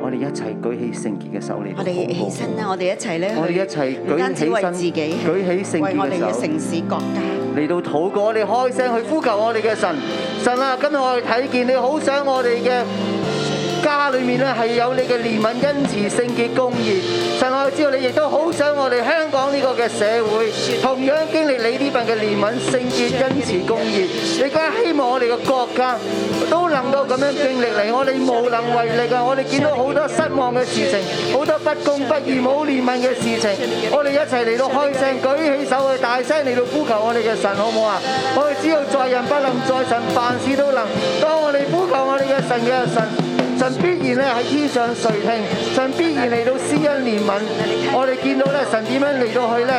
S5: 我哋一齊舉起聖潔嘅手嚟禱告。
S7: 我哋起身啦，我哋一齊咧，
S5: 我哋一齊
S7: 去
S5: 舉
S7: 唔單止
S5: 起
S7: 為
S5: 身
S7: 自己，
S5: 舉起聖
S7: 為
S5: 潔
S7: 我
S5: 嘅
S7: 哋
S5: 手
S7: 嘅城市國家。
S5: 嚟到禱告，我哋開聲去呼求我哋嘅神。神啊，今日我哋睇見你好想我哋嘅家裏面咧係有你嘅憐憫、恩慈、聖潔、公義。神啊，我知道你亦都好想我哋香港呢個嘅社會，同樣經歷你呢份嘅憐憫、聖潔、恩慈、公義。你更加希望我哋嘅國家都能夠咁樣經歷你。我哋無能為力啊！我哋見到好多失望嘅事情，好多不公不義、冇憐憫嘅事情。我哋一齊嚟到開聲，舉起手去大聲嚟到呼求我哋嘅神，好唔好啊？我哋只要在人不能，在神凡事都能。當我哋呼求我哋嘅神嘅神，神必然咧喺天上垂聽，神必然嚟到施恩憐憫。我哋見到咧神點樣嚟到去咧，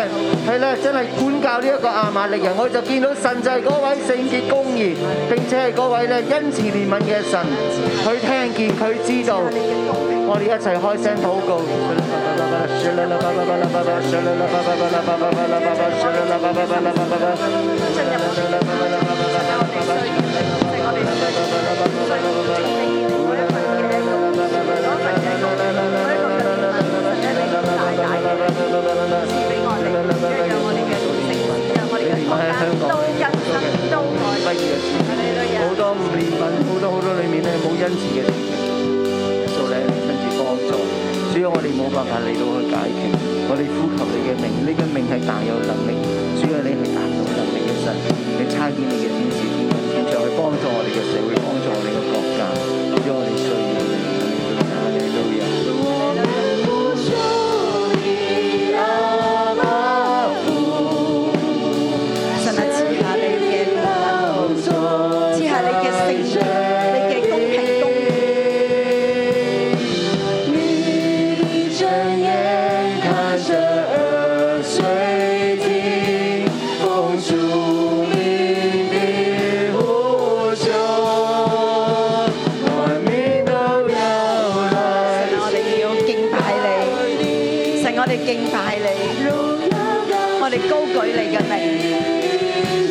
S5: 係咧真係管教呢一個亞瑪力人，我就見到神就係嗰位聖潔公義，並且係嗰位咧恩慈憐憫嘅神，佢聽見佢知道。我哋一齊開聲禱告。好多唔憐憫，好多好多裏面咧冇恩慈嘅地方。數咧跟住幫助，所以我哋冇辦法嚟到去解決。我哋呼求你嘅名，啊你嘅名係大有能力，主要你係大有能力嘅神，你差遣你嘅天使天國去幫助我哋嘅社會，幫助我哋嘅國家，因為我哋需要你，我哋需要你，都有。
S7: 神啊，賜下你嘅恩慈，賜下你嘅聖潔，你嘅公平公義。神啊，我哋要敬拜你，神，我哋敬拜你，我哋高舉你嘅名。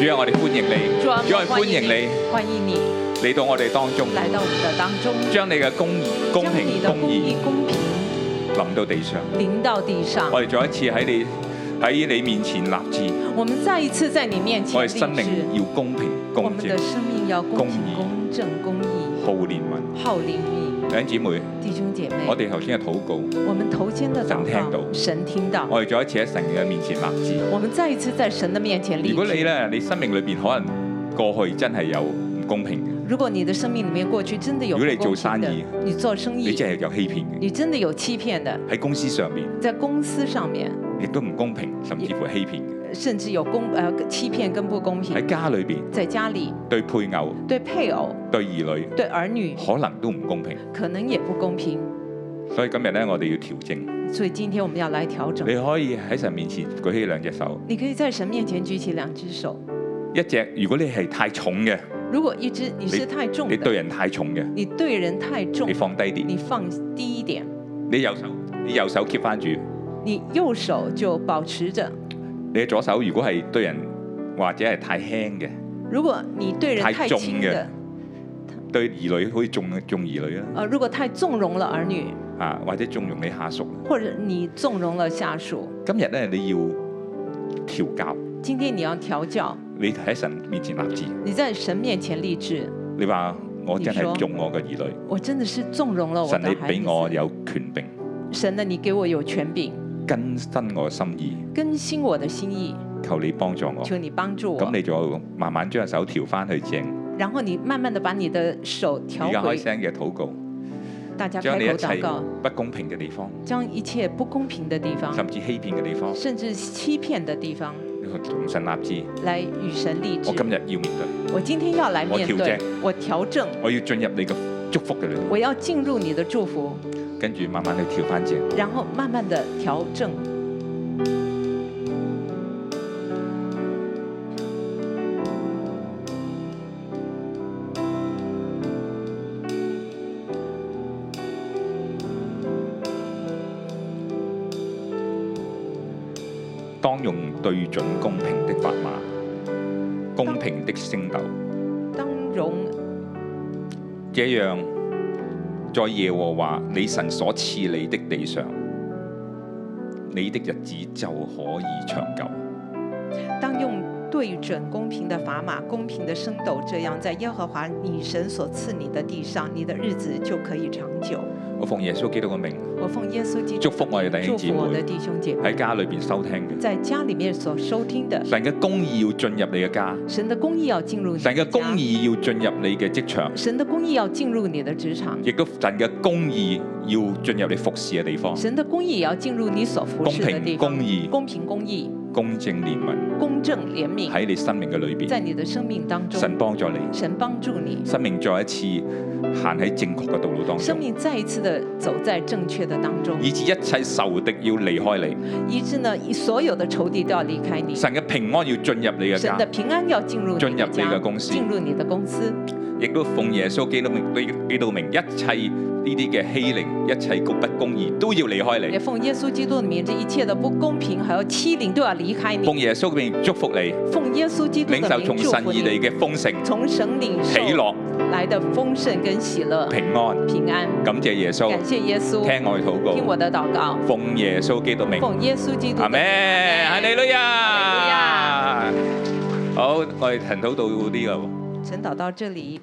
S2: 主啊，我哋歡迎你，
S3: 主啊，
S2: 主啊，歡
S3: 欢
S2: 迎你
S3: 欢迎你
S2: 嚟到我哋當中，
S3: 来到我们的当中，
S2: 將你嘅公義、公
S3: 将你
S2: 平、
S3: 的
S2: 公
S3: 公
S2: 義
S3: 义、公平
S2: 臨到地上。
S3: 临到地上。
S2: 我哋再一次喺你喺你面前立志，
S3: 我们再一次在你面前
S2: 我哋
S3: 立
S2: 生
S3: 志，
S2: 命要公平、
S3: 我
S2: 公
S3: 们
S2: 正
S3: 的、生命要公平
S2: 公、义
S3: 公正、公义、
S2: 好憐憫。
S3: 好怜悯。
S2: 弟兄姊妹，
S3: 弟兄姐妹，
S2: 我哋頭先嘅禱告，
S3: 我们头先的祷
S2: 神聽到
S3: 告，神听到。
S2: 我哋再一次喺神嘅面前立志。
S3: 我们再一次在神的面前立
S2: 如果你
S3: 志。
S2: 咧，你生命裏邊可能過去真係有唔公平嘅，
S3: 如果你的生命里面过去真的有
S2: 如果你
S3: 不公
S2: 做
S3: 平的
S2: 生意，
S3: 你做生
S2: 你
S3: 意，
S2: 真係有欺騙嘅，
S3: 你真的有欺骗的，
S2: 喺公司上面
S3: 在公司上面，
S2: 亦都唔公平，甚至乎欺騙嘅，
S3: 甚至有公呃欺骗跟不公
S2: 喺
S3: 平，
S2: 家裏邊
S3: 在家里
S2: 對配偶、
S3: 对配偶、
S2: 對兒女
S3: 对儿女
S2: 可能都唔公平。
S3: 可能也不公平，
S2: 所以今日咧，我哋要調整。
S3: 所以今天我们要来调整
S2: 你。可以喺神面前舉起兩隻手，
S3: 你可以在神面前举起两只手，
S2: 一隻如果你係太重嘅，
S3: 如果一只你是太重
S2: 你對
S3: 的，
S2: 人太重嘅，
S3: 你对人太重
S2: 你，放低啲，
S3: 你放低一点，
S2: 你右手你右手 keep 翻住，
S3: 你右手就保持着。
S2: 你嘅左手如果係對人或者係太輕嘅，
S3: 如果你对人
S2: 太
S3: 太
S2: 重
S3: 轻
S2: 嘅
S3: 的，
S2: 對兒女好似縱縱兒女啦，
S3: 呃，如果太纵容了儿女，
S2: 啊或者縱容你下屬啦。
S3: 或者你纵容了下属，
S2: 今日咧，你要調教，
S3: 今天你要调教，
S2: 你喺神面前立志，
S3: 你在神面前立志，
S2: 你話我真係
S3: 你說
S2: 縱我嘅兒女，
S3: 我真的是纵容了我
S2: 神
S3: 的
S2: 你
S3: 孩
S2: 俾我哦
S3: 子。
S2: 有權柄，
S3: 神啊，你给我有权柄，
S2: 更新我心意，
S3: 更新我的心意，
S2: 求你幫助我。
S3: 求你帮助
S2: 咁
S3: 我。
S2: 你就慢慢將手調翻去正，
S3: 然后你慢慢的把你的手调
S2: 而家開
S3: 回，
S2: 聲嘅禱告，
S3: 大家
S2: 將
S3: 开
S2: 你一
S3: 口祷
S2: 切
S3: 告，
S2: 不公平嘅地方，
S3: 将一切不公平的地方，
S2: 甚至欺騙嘅地方，
S3: 甚至欺骗的地方，
S2: 同神立志。
S3: 来与神立志
S2: 我。今日要面對，
S3: 我今天要来
S2: 我
S3: 面
S2: 调
S3: 对，我调正，
S2: 我要進入你嘅祝福嘅裏面，
S3: 我要进入你的祝福，
S2: 跟住慢慢去調翻正。
S3: 然后慢慢的调正。
S2: 當用對準公平的法碼，公平的升斗。
S3: 当容
S2: 這樣，在耶和華你神所賜你的地上，你的日子就可以長久。
S3: 当用对准公平的砝码、公平的升斗，这样在耶和华你神所赐你的地上，你的日子就可以长久。
S2: 我奉耶穌基督嘅名，
S3: 我奉耶稣基督
S2: 祝福我哋弟兄
S3: 祝
S2: 姊
S3: 福我的
S2: 妹
S3: 弟兄姐妹，
S2: 喺家裏邊收聽嘅。
S3: 在家里面所收听的，
S2: 神嘅公義要進入你嘅家，
S3: 神的公义要进入你
S2: 神
S3: 的
S2: 嘅公
S3: 家，
S2: 義要進入你嘅職場，
S3: 神的公义要进入你的职场，
S2: 亦都神嘅公義要進入你服侍嘅地方。
S3: 神的公义也要进入你所服侍的地方。
S2: 公平
S3: 公平、公义、
S2: 公正憐憫
S3: 公正、怜悯，
S2: 喺你生命嘅裏
S3: 在
S2: 邊，
S3: 你的生命当中，
S2: 神幫助你，
S3: 神帮助你，
S2: 生命再一次行喺正確嘅道路當
S3: 生
S2: 中。
S3: 命再一次的走在正确的当中，
S2: 以致一切仇敵要離開你。
S3: 以致呢，所有的仇敌都要离开你。
S2: 神嘅平安要進入你嘅
S3: 神
S2: 家
S3: 的，平安要进入你的
S2: 啊进入你
S3: 家
S2: 的公司
S3: 进入你的公司，
S2: 亦都奉耶穌基督名，基督名，一切呢啲嘅欺凌，一切公不公義都要離開
S3: 也
S2: 你。
S3: 奉耶稣基督的名，这一切的不公平还有欺凌都要离开你
S2: 奉。耶穌嘅名祝福你，
S3: 奉耶稣基督
S2: 領
S3: 的
S2: 受從
S3: 名祝
S2: 神
S3: 福
S2: 而嚟
S3: 你，
S2: 嘅豐盛、
S3: 从神领
S2: 喜
S3: 受
S2: 樂、
S3: 来的豐盛跟喜乐、
S2: 平安。
S3: 平安。
S2: 感謝耶穌，
S3: 感谢耶稣，
S2: 聽我嘅禱
S3: 听
S2: 告，
S3: 我的祷告，
S2: 奉耶穌基督名，
S3: 奉耶稣基督的
S2: 阿
S3: 名
S2: 咩？哈利路亞！
S3: 利路亞
S2: 好，我哋晨禱到呢個喎。
S3: 晨祷到这里。